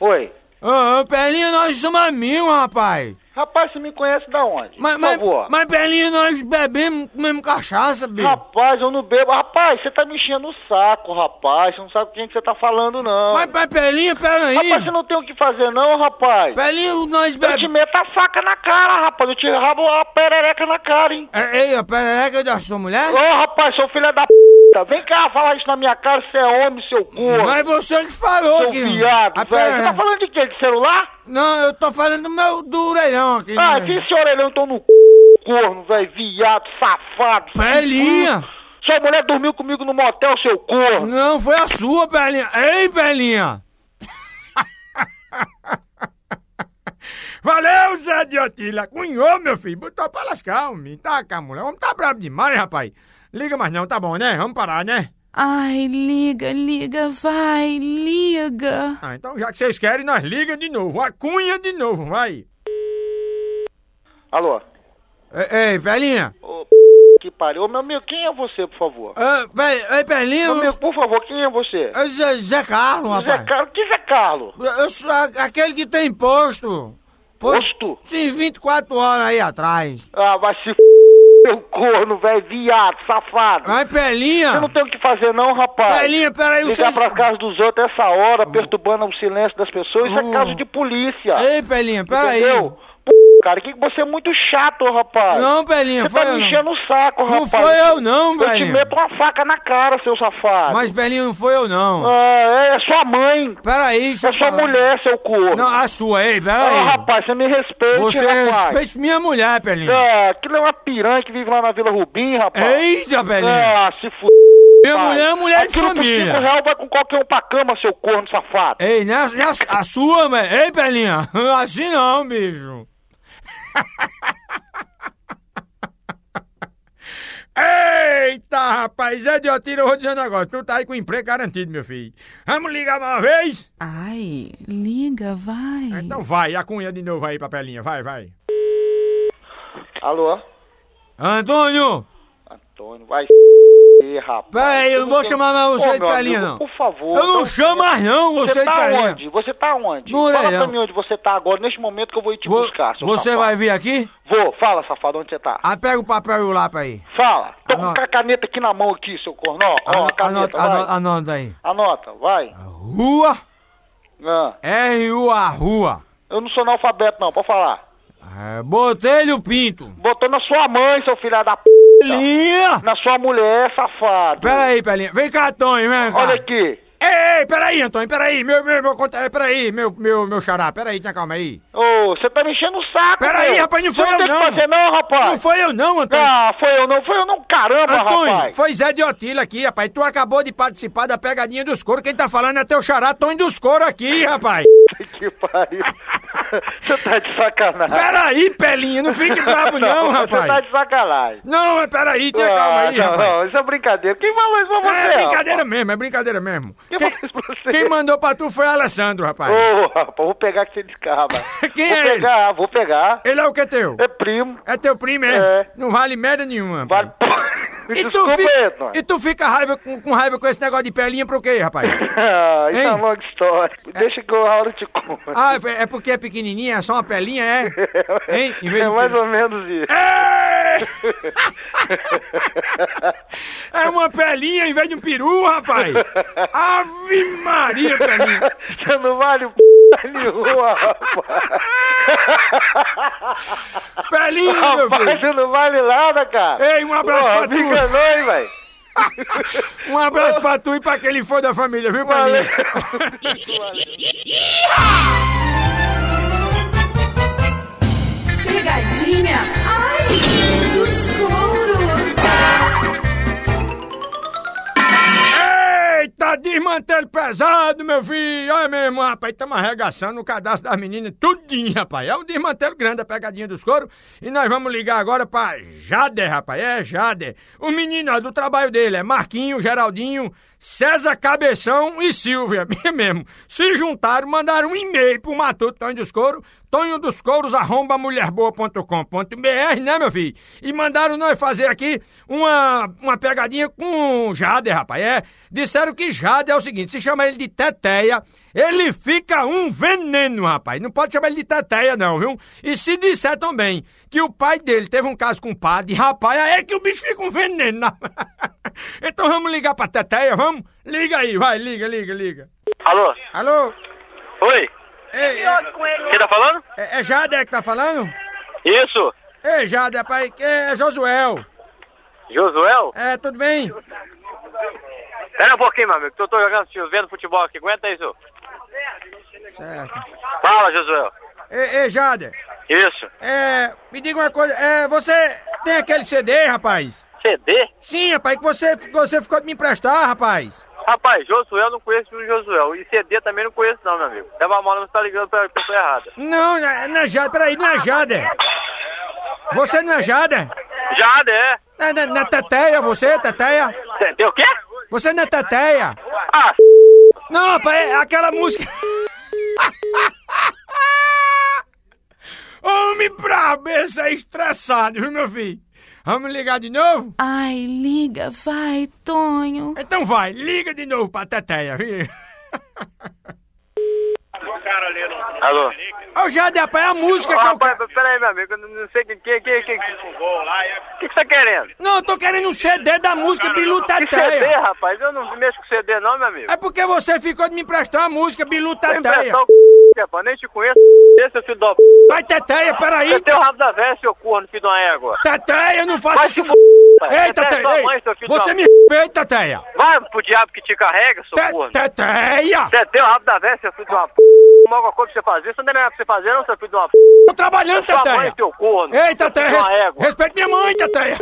S20: Oi.
S1: Ô, ô, Ah, Pelinha, nós somos amigos, rapaz.
S20: Rapaz, você me conhece da onde?
S1: Mas,
S20: Por
S1: mas,
S20: favor.
S1: mas, Pelinha, nós bebemos, comemos cachaça, bicho.
S20: Rapaz, eu não bebo. Rapaz, você tá me enchendo o saco, rapaz. Você não sabe com quem que você tá falando, não.
S1: Mas, mas, Pelinha, peraí.
S20: Rapaz, você não tem o que fazer, não, rapaz.
S1: Pelinha, nós
S20: Eu te
S1: bebemos...
S20: meto a faca na cara, rapaz. Eu te rabo a perereca na cara, hein?
S1: É, Ei, a perereca da sua mulher?
S20: Ô, rapaz, seu filho é da p. Vem cá falar isso na minha cara, você é homem, seu corno.
S1: Mas você que falou,
S20: seu
S1: aqui.
S20: viado,
S1: A
S20: velho. Você
S1: perereca-
S20: tá falando de quê? De celular?
S1: é. Não, eu tô falando do meu do orelhão aqui.
S20: Ah,
S1: né?
S20: que esse orelhão então no c... corno, velho. Viado, safado.
S1: Pelinha!
S20: Sua mulher dormiu comigo no motel, seu corno.
S1: Não, foi a sua, Pelinha. Ei, Pelinha! Valeu, Zé de Otília. Cunhou, meu filho. Botou pra lascar, homem. Tá, cá, mulher. O homem tá brabo demais, rapaz. Liga mais não, tá bom, né? Vamos parar, né?
S10: Ai, liga, liga, vai, liga.
S1: Ah, então já que vocês querem, nós liga de novo. A cunha de novo, vai.
S20: Alô?
S1: Ei, ei Pelinha.
S20: Ô, p... que pariu. Ô, meu amigo, quem é você, por favor?
S1: Ah, Pe- Ei, Pelinha.
S20: Meu amigo, por favor, quem é você?
S1: É Zé, Zé Carlos, rapaz.
S20: Zé Carlos, que Zé Carlos?
S1: Eu sou a- aquele que tem posto.
S20: Posto?
S1: Sim, 24 horas aí atrás.
S20: Ah, vai se f... seu corno, velho, viado, safado.
S1: Vai, Pelinha!
S20: Você não tem o que fazer não, rapaz.
S1: Pelinha, peraí,
S20: Ligar
S1: vocês...
S20: pra casa dos outros essa hora, perturbando o silêncio das pessoas, isso
S1: Oh.
S20: é caso de polícia.
S1: Ei, Pelinha, peraí.
S20: entendeu? Pô, cara, que que você é muito chato, rapaz.
S1: Não, Pelinha,
S20: você
S1: foi
S20: tá
S1: eu
S20: me
S1: não.
S20: enchendo o saco,
S1: Não
S20: rapaz.
S1: foi eu não,
S20: Eu te
S1: Pelinha.
S20: meto uma faca na cara, seu safado.
S1: Mas, Pelinha, não foi eu não.
S20: Ah, é, é sua mãe,
S1: Peraí, deixa
S20: é
S1: eu
S20: sua
S1: falar.
S20: mulher, seu corno.
S1: Não, a sua, é ei,
S20: Ah,
S1: peraí.
S20: rapaz, você me respeite,
S1: Você
S20: rapaz.
S1: respeita minha mulher, Pelinha.
S20: É, aquilo é uma piranha que vive lá na Vila Rubim, rapaz.
S1: Eita, Pelinha.
S20: Ah, se f...
S1: Minha mulher é mulher de
S20: Aquilo por cinco
S1: família.
S20: real vai com qualquer um pra cama, seu corno safado.
S1: Ei, né? né, A sua, mas... Ei, Pelinha, assim não, bicho. Eita, rapaz, É Zé de Otira, eu vou dizendo agora, tu tá aí com emprego garantido, meu filho. Vamos ligar mais uma vez?
S10: Ai, liga, vai.
S1: Então vai, a cunha de novo aí, papelinha, vai, vai.
S20: Alô?
S1: Antônio,
S20: Antônio, vai se rapaz.
S1: peraí, eu não vou
S20: sei-
S1: chamar mais
S20: Ô,
S1: você de
S20: meu
S1: Pelinha,
S20: amigo,
S1: não.
S20: Por favor.
S1: Eu não chamo mais não, você
S20: Você
S1: de
S20: tá
S1: Pelinha.
S20: onde? Você tá onde?
S1: No
S20: Fala pra
S1: orelhão.
S20: mim onde você tá agora, neste momento que eu vou ir te
S1: Vo-
S20: buscar, seu
S1: Você
S20: safado.
S1: vai vir aqui?
S20: Vou, fala, safado, onde você tá?
S1: Ah, pega o papel e o lápis aí.
S20: Fala. Tô com
S1: Anota.
S20: a caneta aqui na mão aqui, seu corno. Ó, ó, a
S1: Ano- Anota,
S20: caneta, vai.
S1: ano- anota aí.
S20: Anota, vai.
S1: Rua,
S20: Ah,
S1: R-U-A, rua.
S20: eu não sou analfabeto não, pode falar.
S1: É, botei-lhe o pinto.
S20: Botou na sua mãe, seu filho da p.
S1: Linha!
S20: Na sua mulher, safado.
S1: Peraí, Pelinha. Vem cá, Tonho, vem cá.
S20: Olha aqui.
S1: Ei, ei, peraí, Antônio, peraí, meu, meu, meu, conta- é, peraí, meu, meu, meu xará, peraí, tenha calma aí.
S20: Ô, você tá me enchendo o saco,
S1: Peraí,
S20: meu.
S1: rapaz, não
S20: Você
S1: foi eu
S20: tem
S1: não.
S20: que fazer não, rapaz.
S1: Não foi eu não, Antônio.
S20: Ah, foi eu não, foi eu não, caramba,
S1: Antônio,
S20: rapaz.
S1: foi Zé de Otila aqui, rapaz, tu acabou de participar da pegadinha dos couro, quem tá falando é teu xará, Tonho dos couro aqui, rapaz.
S20: Que pariu. Você tá de sacanagem.
S1: Peraí, Pelinha, não fique bravo não,
S20: Você tá
S1: rapaz.
S20: de sacanagem.
S1: Não, mas peraí, tenha calma aí,
S20: Ah, não,
S1: rapaz.
S20: não, isso é brincadeira. Quem falou isso pra você?
S1: É brincadeira
S20: rapaz?
S1: mesmo, é brincadeira mesmo.
S20: Quem
S1: Quem,
S20: falou isso pra você?
S1: quem mandou pra tu foi o Alessandro, rapaz.
S20: Ô, rapaz, vou pegar que você descarga.
S1: Quem
S20: vou
S1: é ele?
S20: pegar, vou pegar.
S1: Ele é o que teu?
S20: É primo.
S1: É teu primo, é?
S20: É.
S1: Não vale merda nenhuma.
S20: Vale...
S1: E tu,
S20: Desculpa
S1: fica,
S20: aí, Antônio.
S1: e tu fica raiva com, com raiva com esse negócio de pelinha pro quê, rapaz?
S20: Ah, isso é
S1: Hein? É.
S20: uma longa história. Deixa que eu a hora te conto.
S1: ah, é é porque é pequenininha, é só uma pelinha, é? Hein? Em vez
S20: é
S1: de-
S20: mais ou menos isso.
S1: É uma pelinha em vez de um peru, rapaz! Ave Maria, pelinha!
S20: Você não vale p nenhuma, rapaz.
S1: Pelinha, meu
S20: Rapaz,
S1: filho!
S20: você não vale nada, cara.
S1: Ei, um abraço
S20: Porra,
S1: pra tu!
S20: me enganou, hein, velho.
S1: Um abraço pra tu e pra aquele fã da família, viu,
S20: Valeu.
S1: pelinha?
S2: Pegadinha, ai, dos touros.
S1: Eita, desmantelo pesado, meu filho! Olha mesmo, rapaz, estamos arregaçando o cadastro das meninas, tudinho, rapaz. É o desmantelo grande, a pegadinha dos couro. E nós vamos ligar agora pra Jader, rapaz. É, Jader. O menino ó, do trabalho dele é Marquinho, Geraldinho, César Cabeção e Silvia, é mesmo. Se juntaram, mandaram um e-mail pro Matuto Tonho dos Couro, Tonho dos Couros arromba mulherboa.com.br, né, meu filho? E mandaram nós fazer aqui uma, uma pegadinha com Jade, rapaz. É, disseram que Jade é o seguinte: se chama ele de Teteia, ele fica um veneno, rapaz. Não pode chamar ele de Teteia, não, viu? E se disser também que o pai dele teve um caso com o padre, rapaz, aí é que o bicho fica um veneno. então vamos ligar pra Teteia, vamos? Liga aí, vai, liga, liga, liga.
S22: Alô?
S1: Alô?
S22: Oi?
S1: Ei,
S22: Quem tá falando?
S1: é, é Jade que tá falando?
S22: Isso?
S1: Ei, Jade, rapaz, que é Josuel.
S22: Josuel?
S1: É, tudo bem?
S22: Pera um pouquinho, meu amigo. que Eu tô jogando, tio, vendo futebol aqui. Aguenta aí, senhor.
S1: Certo.
S22: Fala, Josuel.
S1: Ei, ei Jade,
S22: Isso.
S1: é, me diga uma coisa, é, você tem aquele CD, rapaz?
S22: CD?
S1: Sim, rapaz, que você, que você ficou de me emprestar, rapaz.
S22: Rapaz, Josuel eu não conheço o Josuel. E CD também não conheço não, meu amigo. Tava mal, você tá ligando pra pessoa errada.
S1: Não, não é não é Jade, peraí,
S22: Ah,
S1: não é Jade. Você não é Jade?
S22: Já, né?
S1: Na, na, na é Teteia, você, Teteia?
S22: Tem- Tem o quê?
S1: Você não é Teteia?
S22: Ah,
S1: Não, rapaz, é aquela música... Homem brabo, esse é estressado, viu, meu filho? Vamos ligar de novo?
S10: Ai, liga, vai, Tonho.
S1: Então vai, liga de novo pra Teteia, viu?
S22: Alô?
S1: Ô, Jade, rapaz, é a música que eu
S22: rapaz, pera aí, meu amigo. Eu não- não sei quem... Quem... Quem... Quem...
S20: é
S22: O que que você tá querendo?
S1: Não, eu tô querendo um CD da música Bilu
S22: Que CD,
S1: Teteia.
S22: rapaz? Eu não mexo com CD não, meu amigo.
S1: É porque você ficou de me emprestar a música Bilu
S22: Vai
S1: Teteia.
S22: emprestar o c... rapaz. Nem te conheço, c****, seu filho da p...
S1: Vai, Teteia, peraí.
S22: Você tem o rabo da véia, seu corno, filho de uma égua.
S1: Teteia, eu não faço
S22: Vai
S1: isso.
S22: se f***, rapaz.
S1: Ei,
S22: Você é sua
S1: Teteia, ei,
S22: mãe, seu filho
S1: você
S22: da-
S1: me respeita, Teteia.
S22: Vai pro diabo que te carrega, seu corno.
S1: Teteia!
S22: Você tem o rabo da véia, seu filho de uma p... Arrumar alguma coisa pra você fazer, você não tem nada pra você fazer, não, seu filho de uma p...
S1: Tô trabalhando,
S22: Sua mãe,
S1: Teteia.
S22: seu corno.
S1: Ei,
S22: seu
S1: Teteia,
S22: filho de uma
S1: res-
S22: égua.
S1: respeita minha mãe, Teteia.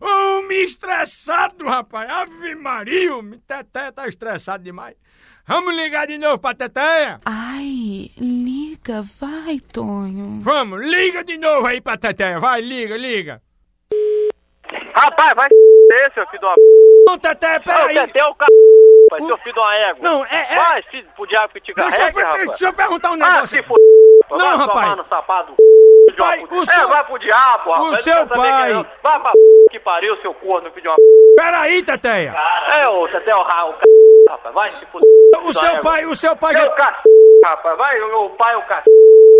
S1: Homem estressado, rapaz. Ave Maria, homem. Teteia tá estressado demais. Vamos ligar de novo pra Teteia?
S10: Ai, liga, vai, Tonho.
S1: Vamos, liga de novo aí pra Teteia. Vai, liga, liga.
S22: Rapaz, vai se f... seu filho de uma p...
S1: Não, Teteia, peraí.
S22: Você tem o c... rapaz, seu filho de uma égua.
S1: Não, é- é-
S22: Vai se pro diabo que te
S1: Deixa eu,
S22: carrega,
S1: per-
S22: rapaz.
S1: deixa eu perguntar um
S22: Ah,
S1: negócio.
S22: se f...
S1: Não,
S22: vai
S1: rapaz.
S22: tomar no sapato.
S1: Pai,
S22: filho de
S1: o
S22: uma puta. É,
S1: seu-
S22: vai pro diabo,
S1: o
S22: rapaz. não
S1: seu
S22: quero saber quem é,
S1: pai-
S22: não. Vai pra p... que pariu, seu corno, filho de uma p...
S1: Peraí, Teteia.
S22: É, ô, você tem o ra- o c... rapaz. Vai se fuder.
S1: O seu pai, o seu pai
S22: Seu
S1: já,
S22: c... rapaz. Vai, o meu pai, o c...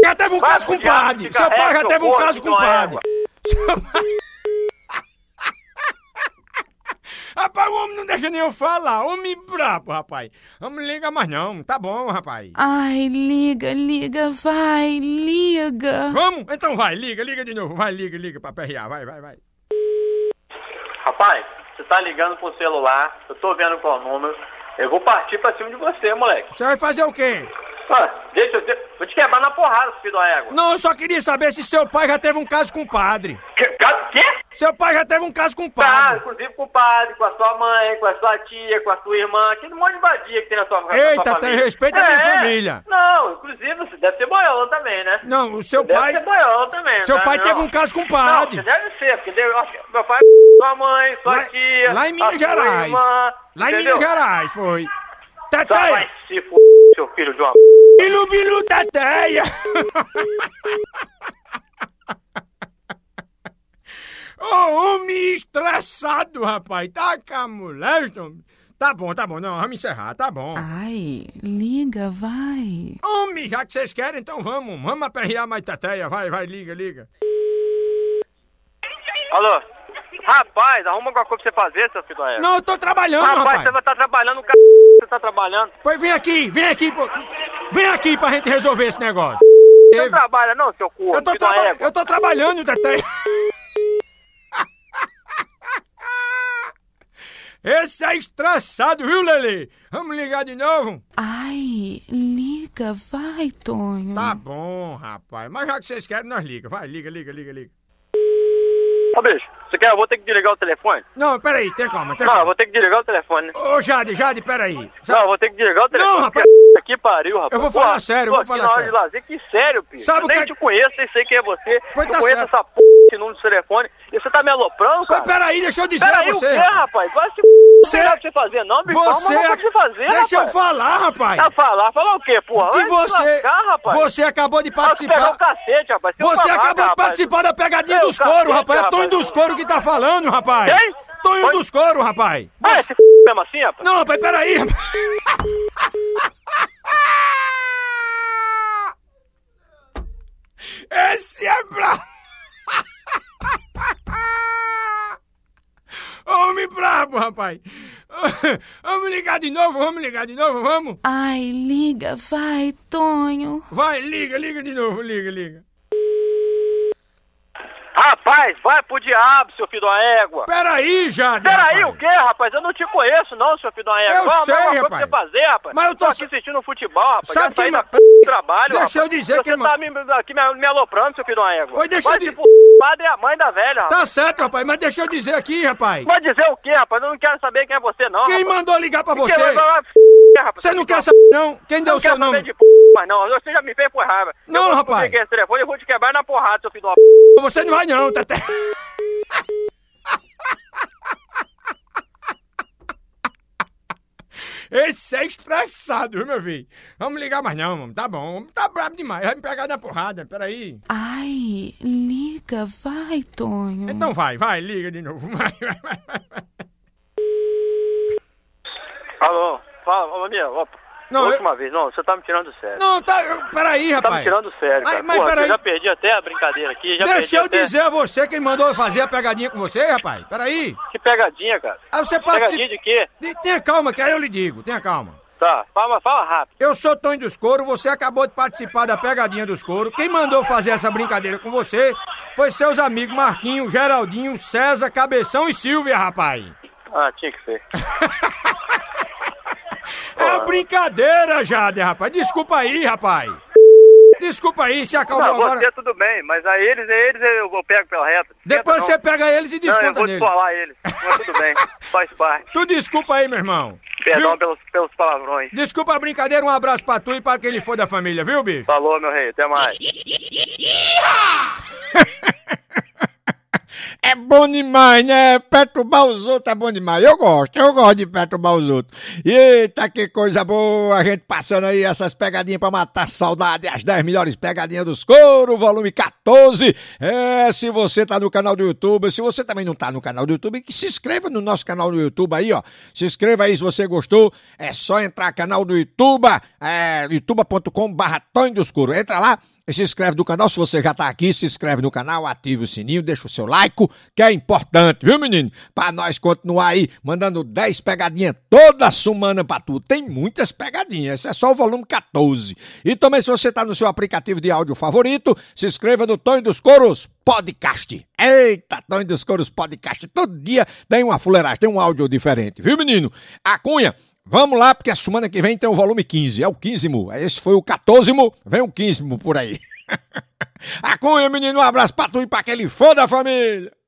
S1: já teve um
S22: Vai
S1: caso com o
S22: pro diabo,
S1: padre.
S22: fica
S1: Seu pai já
S22: reto, então, é.
S1: teve um
S22: porra,
S1: caso com
S22: filho
S1: o
S22: de uma
S1: padre.
S22: égua.
S1: Seu pai- Rapaz, o homem não deixa nem eu falar. Homem brabo, rapaz. Homem liga mais não. Tá bom, rapaz.
S10: Ai, liga, liga, vai, liga.
S1: Vamos? Então vai, liga, liga de novo. Vai, liga, liga pra PRA. Vai, vai, vai.
S22: Rapaz, você tá ligando pro celular, eu tô vendo qual número. Eu vou partir pra cima de você, moleque.
S1: Você vai fazer o quê?
S22: Ah, deixa eu te... Vou te quebrar na porrada, filho da égua.
S1: Não, eu só queria saber se seu pai já teve um caso com o padre.
S22: Que, caso quê?
S1: Seu pai já teve um caso com o
S22: Tá,
S1: padre.
S22: inclusive com o padre, com a sua mãe, com a sua tia, com a sua irmã, aquele monte de vadia que tem na sua na sua família. É.
S1: Eita, tem respeito à minha família.
S22: Não, inclusive você deve ser boiolão também, né?
S1: Não, o seu
S22: Deve
S1: pai.
S22: ser boiolão também.
S1: Seu
S22: né?
S1: pai
S22: Não.
S1: teve um caso com o padre.
S22: Não, você deve ser, porque deu- eu acho que meu pai, é sua mãe, sua
S1: Lá-
S22: tia.
S1: lá em
S22: a
S1: Minas
S22: sua
S1: Gerais.
S22: irmã,
S1: Lá em
S22: entendeu?
S1: Minas Gerais, Tá, foi.
S22: Só
S1: Tateia!
S22: vai se f... seu filho de uma.
S1: Bilu, bilu, tateia! Ô, homem estressado, rapaz. Tá com a mulher, homem. Tá bom, tá bom. Não, vamos encerrar, tá bom.
S10: Ai, liga, vai.
S1: Homem, já que vocês querem, então vamos. Vamos aperrear mais tateia. Vai, vai, liga, liga.
S22: Alô? Rapaz, arruma alguma coisa pra você fazer, seu filho da égua.
S1: Não, eu tô trabalhando,
S22: rapaz.
S1: rapaz.
S22: você vai estar trabalhando, o c... você tá trabalhando.
S1: Pois vem aqui, vem aqui. pô. Vem aqui pra gente resolver esse negócio.
S22: Você não trabalha não, seu cu.
S1: Eu tô,
S22: filho da
S1: traba-
S22: égua.
S1: eu tô trabalhando, Tete. Esse é estressado, viu, Lele? Vamos ligar de novo?
S10: Ai, liga, vai, Tonho.
S1: Tá bom, rapaz. Mas já que vocês querem, nós liga. Vai, liga, liga, liga, liga.
S22: Ô, bicho, você quer? Eu vou ter que desligar o telefone?
S1: Não, peraí, tem calma, tem
S22: Não, eu
S1: calma.
S22: vou ter que desligar o telefone, né?
S1: Ô, Jade, Jade, peraí.
S22: Não, eu vou ter que desligar o telefone.
S1: Não, rapaz.
S22: porque- Que pariu, rapaz.
S1: Eu vou
S22: Porra,
S1: falar sério, eu vou
S22: tô
S1: falar
S22: aqui na hora
S1: sério.
S22: de lazer, que sério, bicho.
S1: Sabe
S22: eu
S1: o
S22: nem
S1: que-
S22: te conheço, nem sei quem é você.
S1: Pois
S22: não
S1: tá
S22: conheço
S1: certo.
S22: essa p... de número de telefone. E você tá me aloprando, cara?
S1: peraí, deixa eu dizer
S22: peraí,
S1: a você,
S22: o quê,
S1: rapaz?
S22: rapaz? Vai se... f***,
S1: Você-
S22: Não dá pra você fazer, não, bicho.
S1: Você-
S22: Calma, não dá pra você fazer,
S1: Deixa
S22: rapaz.
S1: eu falar, rapaz.
S22: Tá falar, falar o quê, porra?
S1: E
S22: Vai se
S1: você,
S22: lascar, rapaz.
S1: você acabou de
S22: Vai se pegar
S1: participar...
S22: o cacete, rapaz. Se eu
S1: Você
S22: falar,
S1: acabou de
S22: rapaz,
S1: participar da pegadinha
S22: Seu
S1: dos couro,
S22: cacete,
S1: rapaz. É Tonho
S22: rapaz.
S1: dos couro que tá falando, rapaz.
S22: Quem?
S1: Tonho
S22: Oi?
S1: dos couro, rapaz.
S22: Ah, esse f... mesmo assim, rapaz?
S1: Não, rapaz, peraí. rapaz. Esse é brabo. Homem brabo, rapaz. Vamos ligar de novo, vamos ligar de novo, vamos.
S10: Ai, liga, vai, Tonho.
S1: Vai, liga, liga de novo, liga, liga.
S22: Rapaz, vai pro diabo, seu filho da égua.
S1: Peraí, Jade.
S22: Peraí,
S1: rapaz.
S22: o quê, rapaz? Eu não te conheço, não, seu filho da égua.
S1: Eu
S22: Vai,
S1: sei,
S22: vai, vai,
S1: rapaz.
S22: Vai pra você fazer, rapaz.
S1: Mas eu tô
S22: aqui assistindo futebol, rapaz.
S1: Sabe
S22: Já saí
S1: quem
S22: da
S1: ma-
S22: p... do trabalho,
S1: Deixa
S22: rapaz.
S1: eu dizer
S22: Você
S1: quem ma-
S22: tá me, aqui me, me aloprando, seu filho da égua.
S1: Oi, deixa
S22: vai
S1: eu di-
S22: se f... padre e a mãe da velha, rapaz.
S1: Tá certo, rapaz, mas deixa eu dizer aqui, rapaz.
S22: Vai dizer o quê, rapaz? Eu não quero saber quem é você, não,
S1: Quem
S22: rapaz.
S1: mandou ligar pra
S22: Quem
S1: você?
S22: vai- vai- vai f... rapaz.
S1: Você não quer saber, não? Quem deu o
S22: não
S1: seu
S22: quero saber
S1: nome?
S22: de p... mas não. Você já me fez por raiva.
S1: Não,
S22: eu vou-
S1: rapaz.
S22: Eu peguei esse telefone e vou te quebrar na porrada, seu filho da p...
S1: Você não vai, não, Tete. Esse é estressado, viu, meu filho? Vamos ligar mais não, mano. Tá bom, homem tá brabo demais. Vai me pegar na porrada, peraí.
S10: Ai, liga, vai, Tonho.
S1: Então vai, vai, liga de novo. Vai, vai, vai.
S22: Alô, fala, ô, minha, ó,
S1: Não,
S22: última vez, não, você tá me tirando do sério.
S1: Não, tá. eu- Peraí,
S22: Você tá me
S1: rapaz.
S22: tirando do sério,
S1: Mas-
S22: cara.
S1: mas
S22: Porra,
S1: peraí.
S22: Eu já perdi até a brincadeira aqui, já
S1: Deixa eu
S22: perdi até...
S1: dizer a você quem mandou eu fazer a pegadinha com você, rapaz. Peraí.
S22: Que pegadinha, cara.
S1: Aí Ah, você
S22: Pegadinha
S1: participa.
S22: de quê?
S1: Tenha calma, que aí eu lhe digo, tenha calma.
S22: Tá, fala, fala rápido.
S1: Eu sou Tonho dos Couro, você acabou de participar da pegadinha dos couro. Quem mandou fazer essa brincadeira com você foi seus amigos Marquinho, Geraldinho, César, Cabeção e Silvia, rapaz.
S22: Ah, tinha que ser.
S1: É brincadeira, Jade, rapaz. Desculpa aí, rapaz. Desculpa aí, se acalmou
S22: Não,
S1: Ah, agora.
S22: você tudo bem, mas a eles, a eles eu, eu pego pela reta.
S1: Depois
S22: Tenta
S1: você pega eles e
S22: Não, eu
S1: desconta
S22: vou
S1: nele.
S22: descolar eles, mas tudo bem, faz parte.
S1: Tu desculpa aí, meu irmão.
S22: Perdão
S1: Viu?
S22: pelos, pelos palavrões.
S1: Desculpa a brincadeira, um abraço pra tu e pra quem lhe for da família, viu, bicho?
S22: Falou, meu rei, até mais.
S23: É bom demais, né? Perturbar os outros é bom demais. Eu gosto, eu gosto de perturbar os outros. Eita, que coisa boa! A gente passando aí essas pegadinhas pra matar a saudade, as 10 melhores pegadinhas dos couro, volume 14. É, se você tá no canal do YouTube, se você também não tá no canal do YouTube, que se inscreva no nosso canal do YouTube aí, ó. Se inscreva aí se você gostou. É só entrar canal do YouTube, é, youtube.com.br Tonho do Escuro. Entra lá.
S1: e se inscreve no canal. Se você já tá aqui, se inscreve no canal, ativa o sininho, deixa o seu like, que é importante, viu, menino? Pra nós continuar aí mandando 10 pegadinhas toda semana pra tu. Tem muitas pegadinhas, esse é só o volume 14. E também, se você tá no seu aplicativo de áudio favorito, se inscreva no Tonho dos Coros Podcast. Eita, Tonho dos Coros Podcast. Todo dia tem uma fuleiragem, tem um áudio diferente, viu, menino? A Cunha. Vamos lá, porque a semana que vem tem o volume 15. É o 15. Esse foi o 14. Vem o 15 por aí. a Cunha, menino, um abraço pra tu e pra aquele fã da família.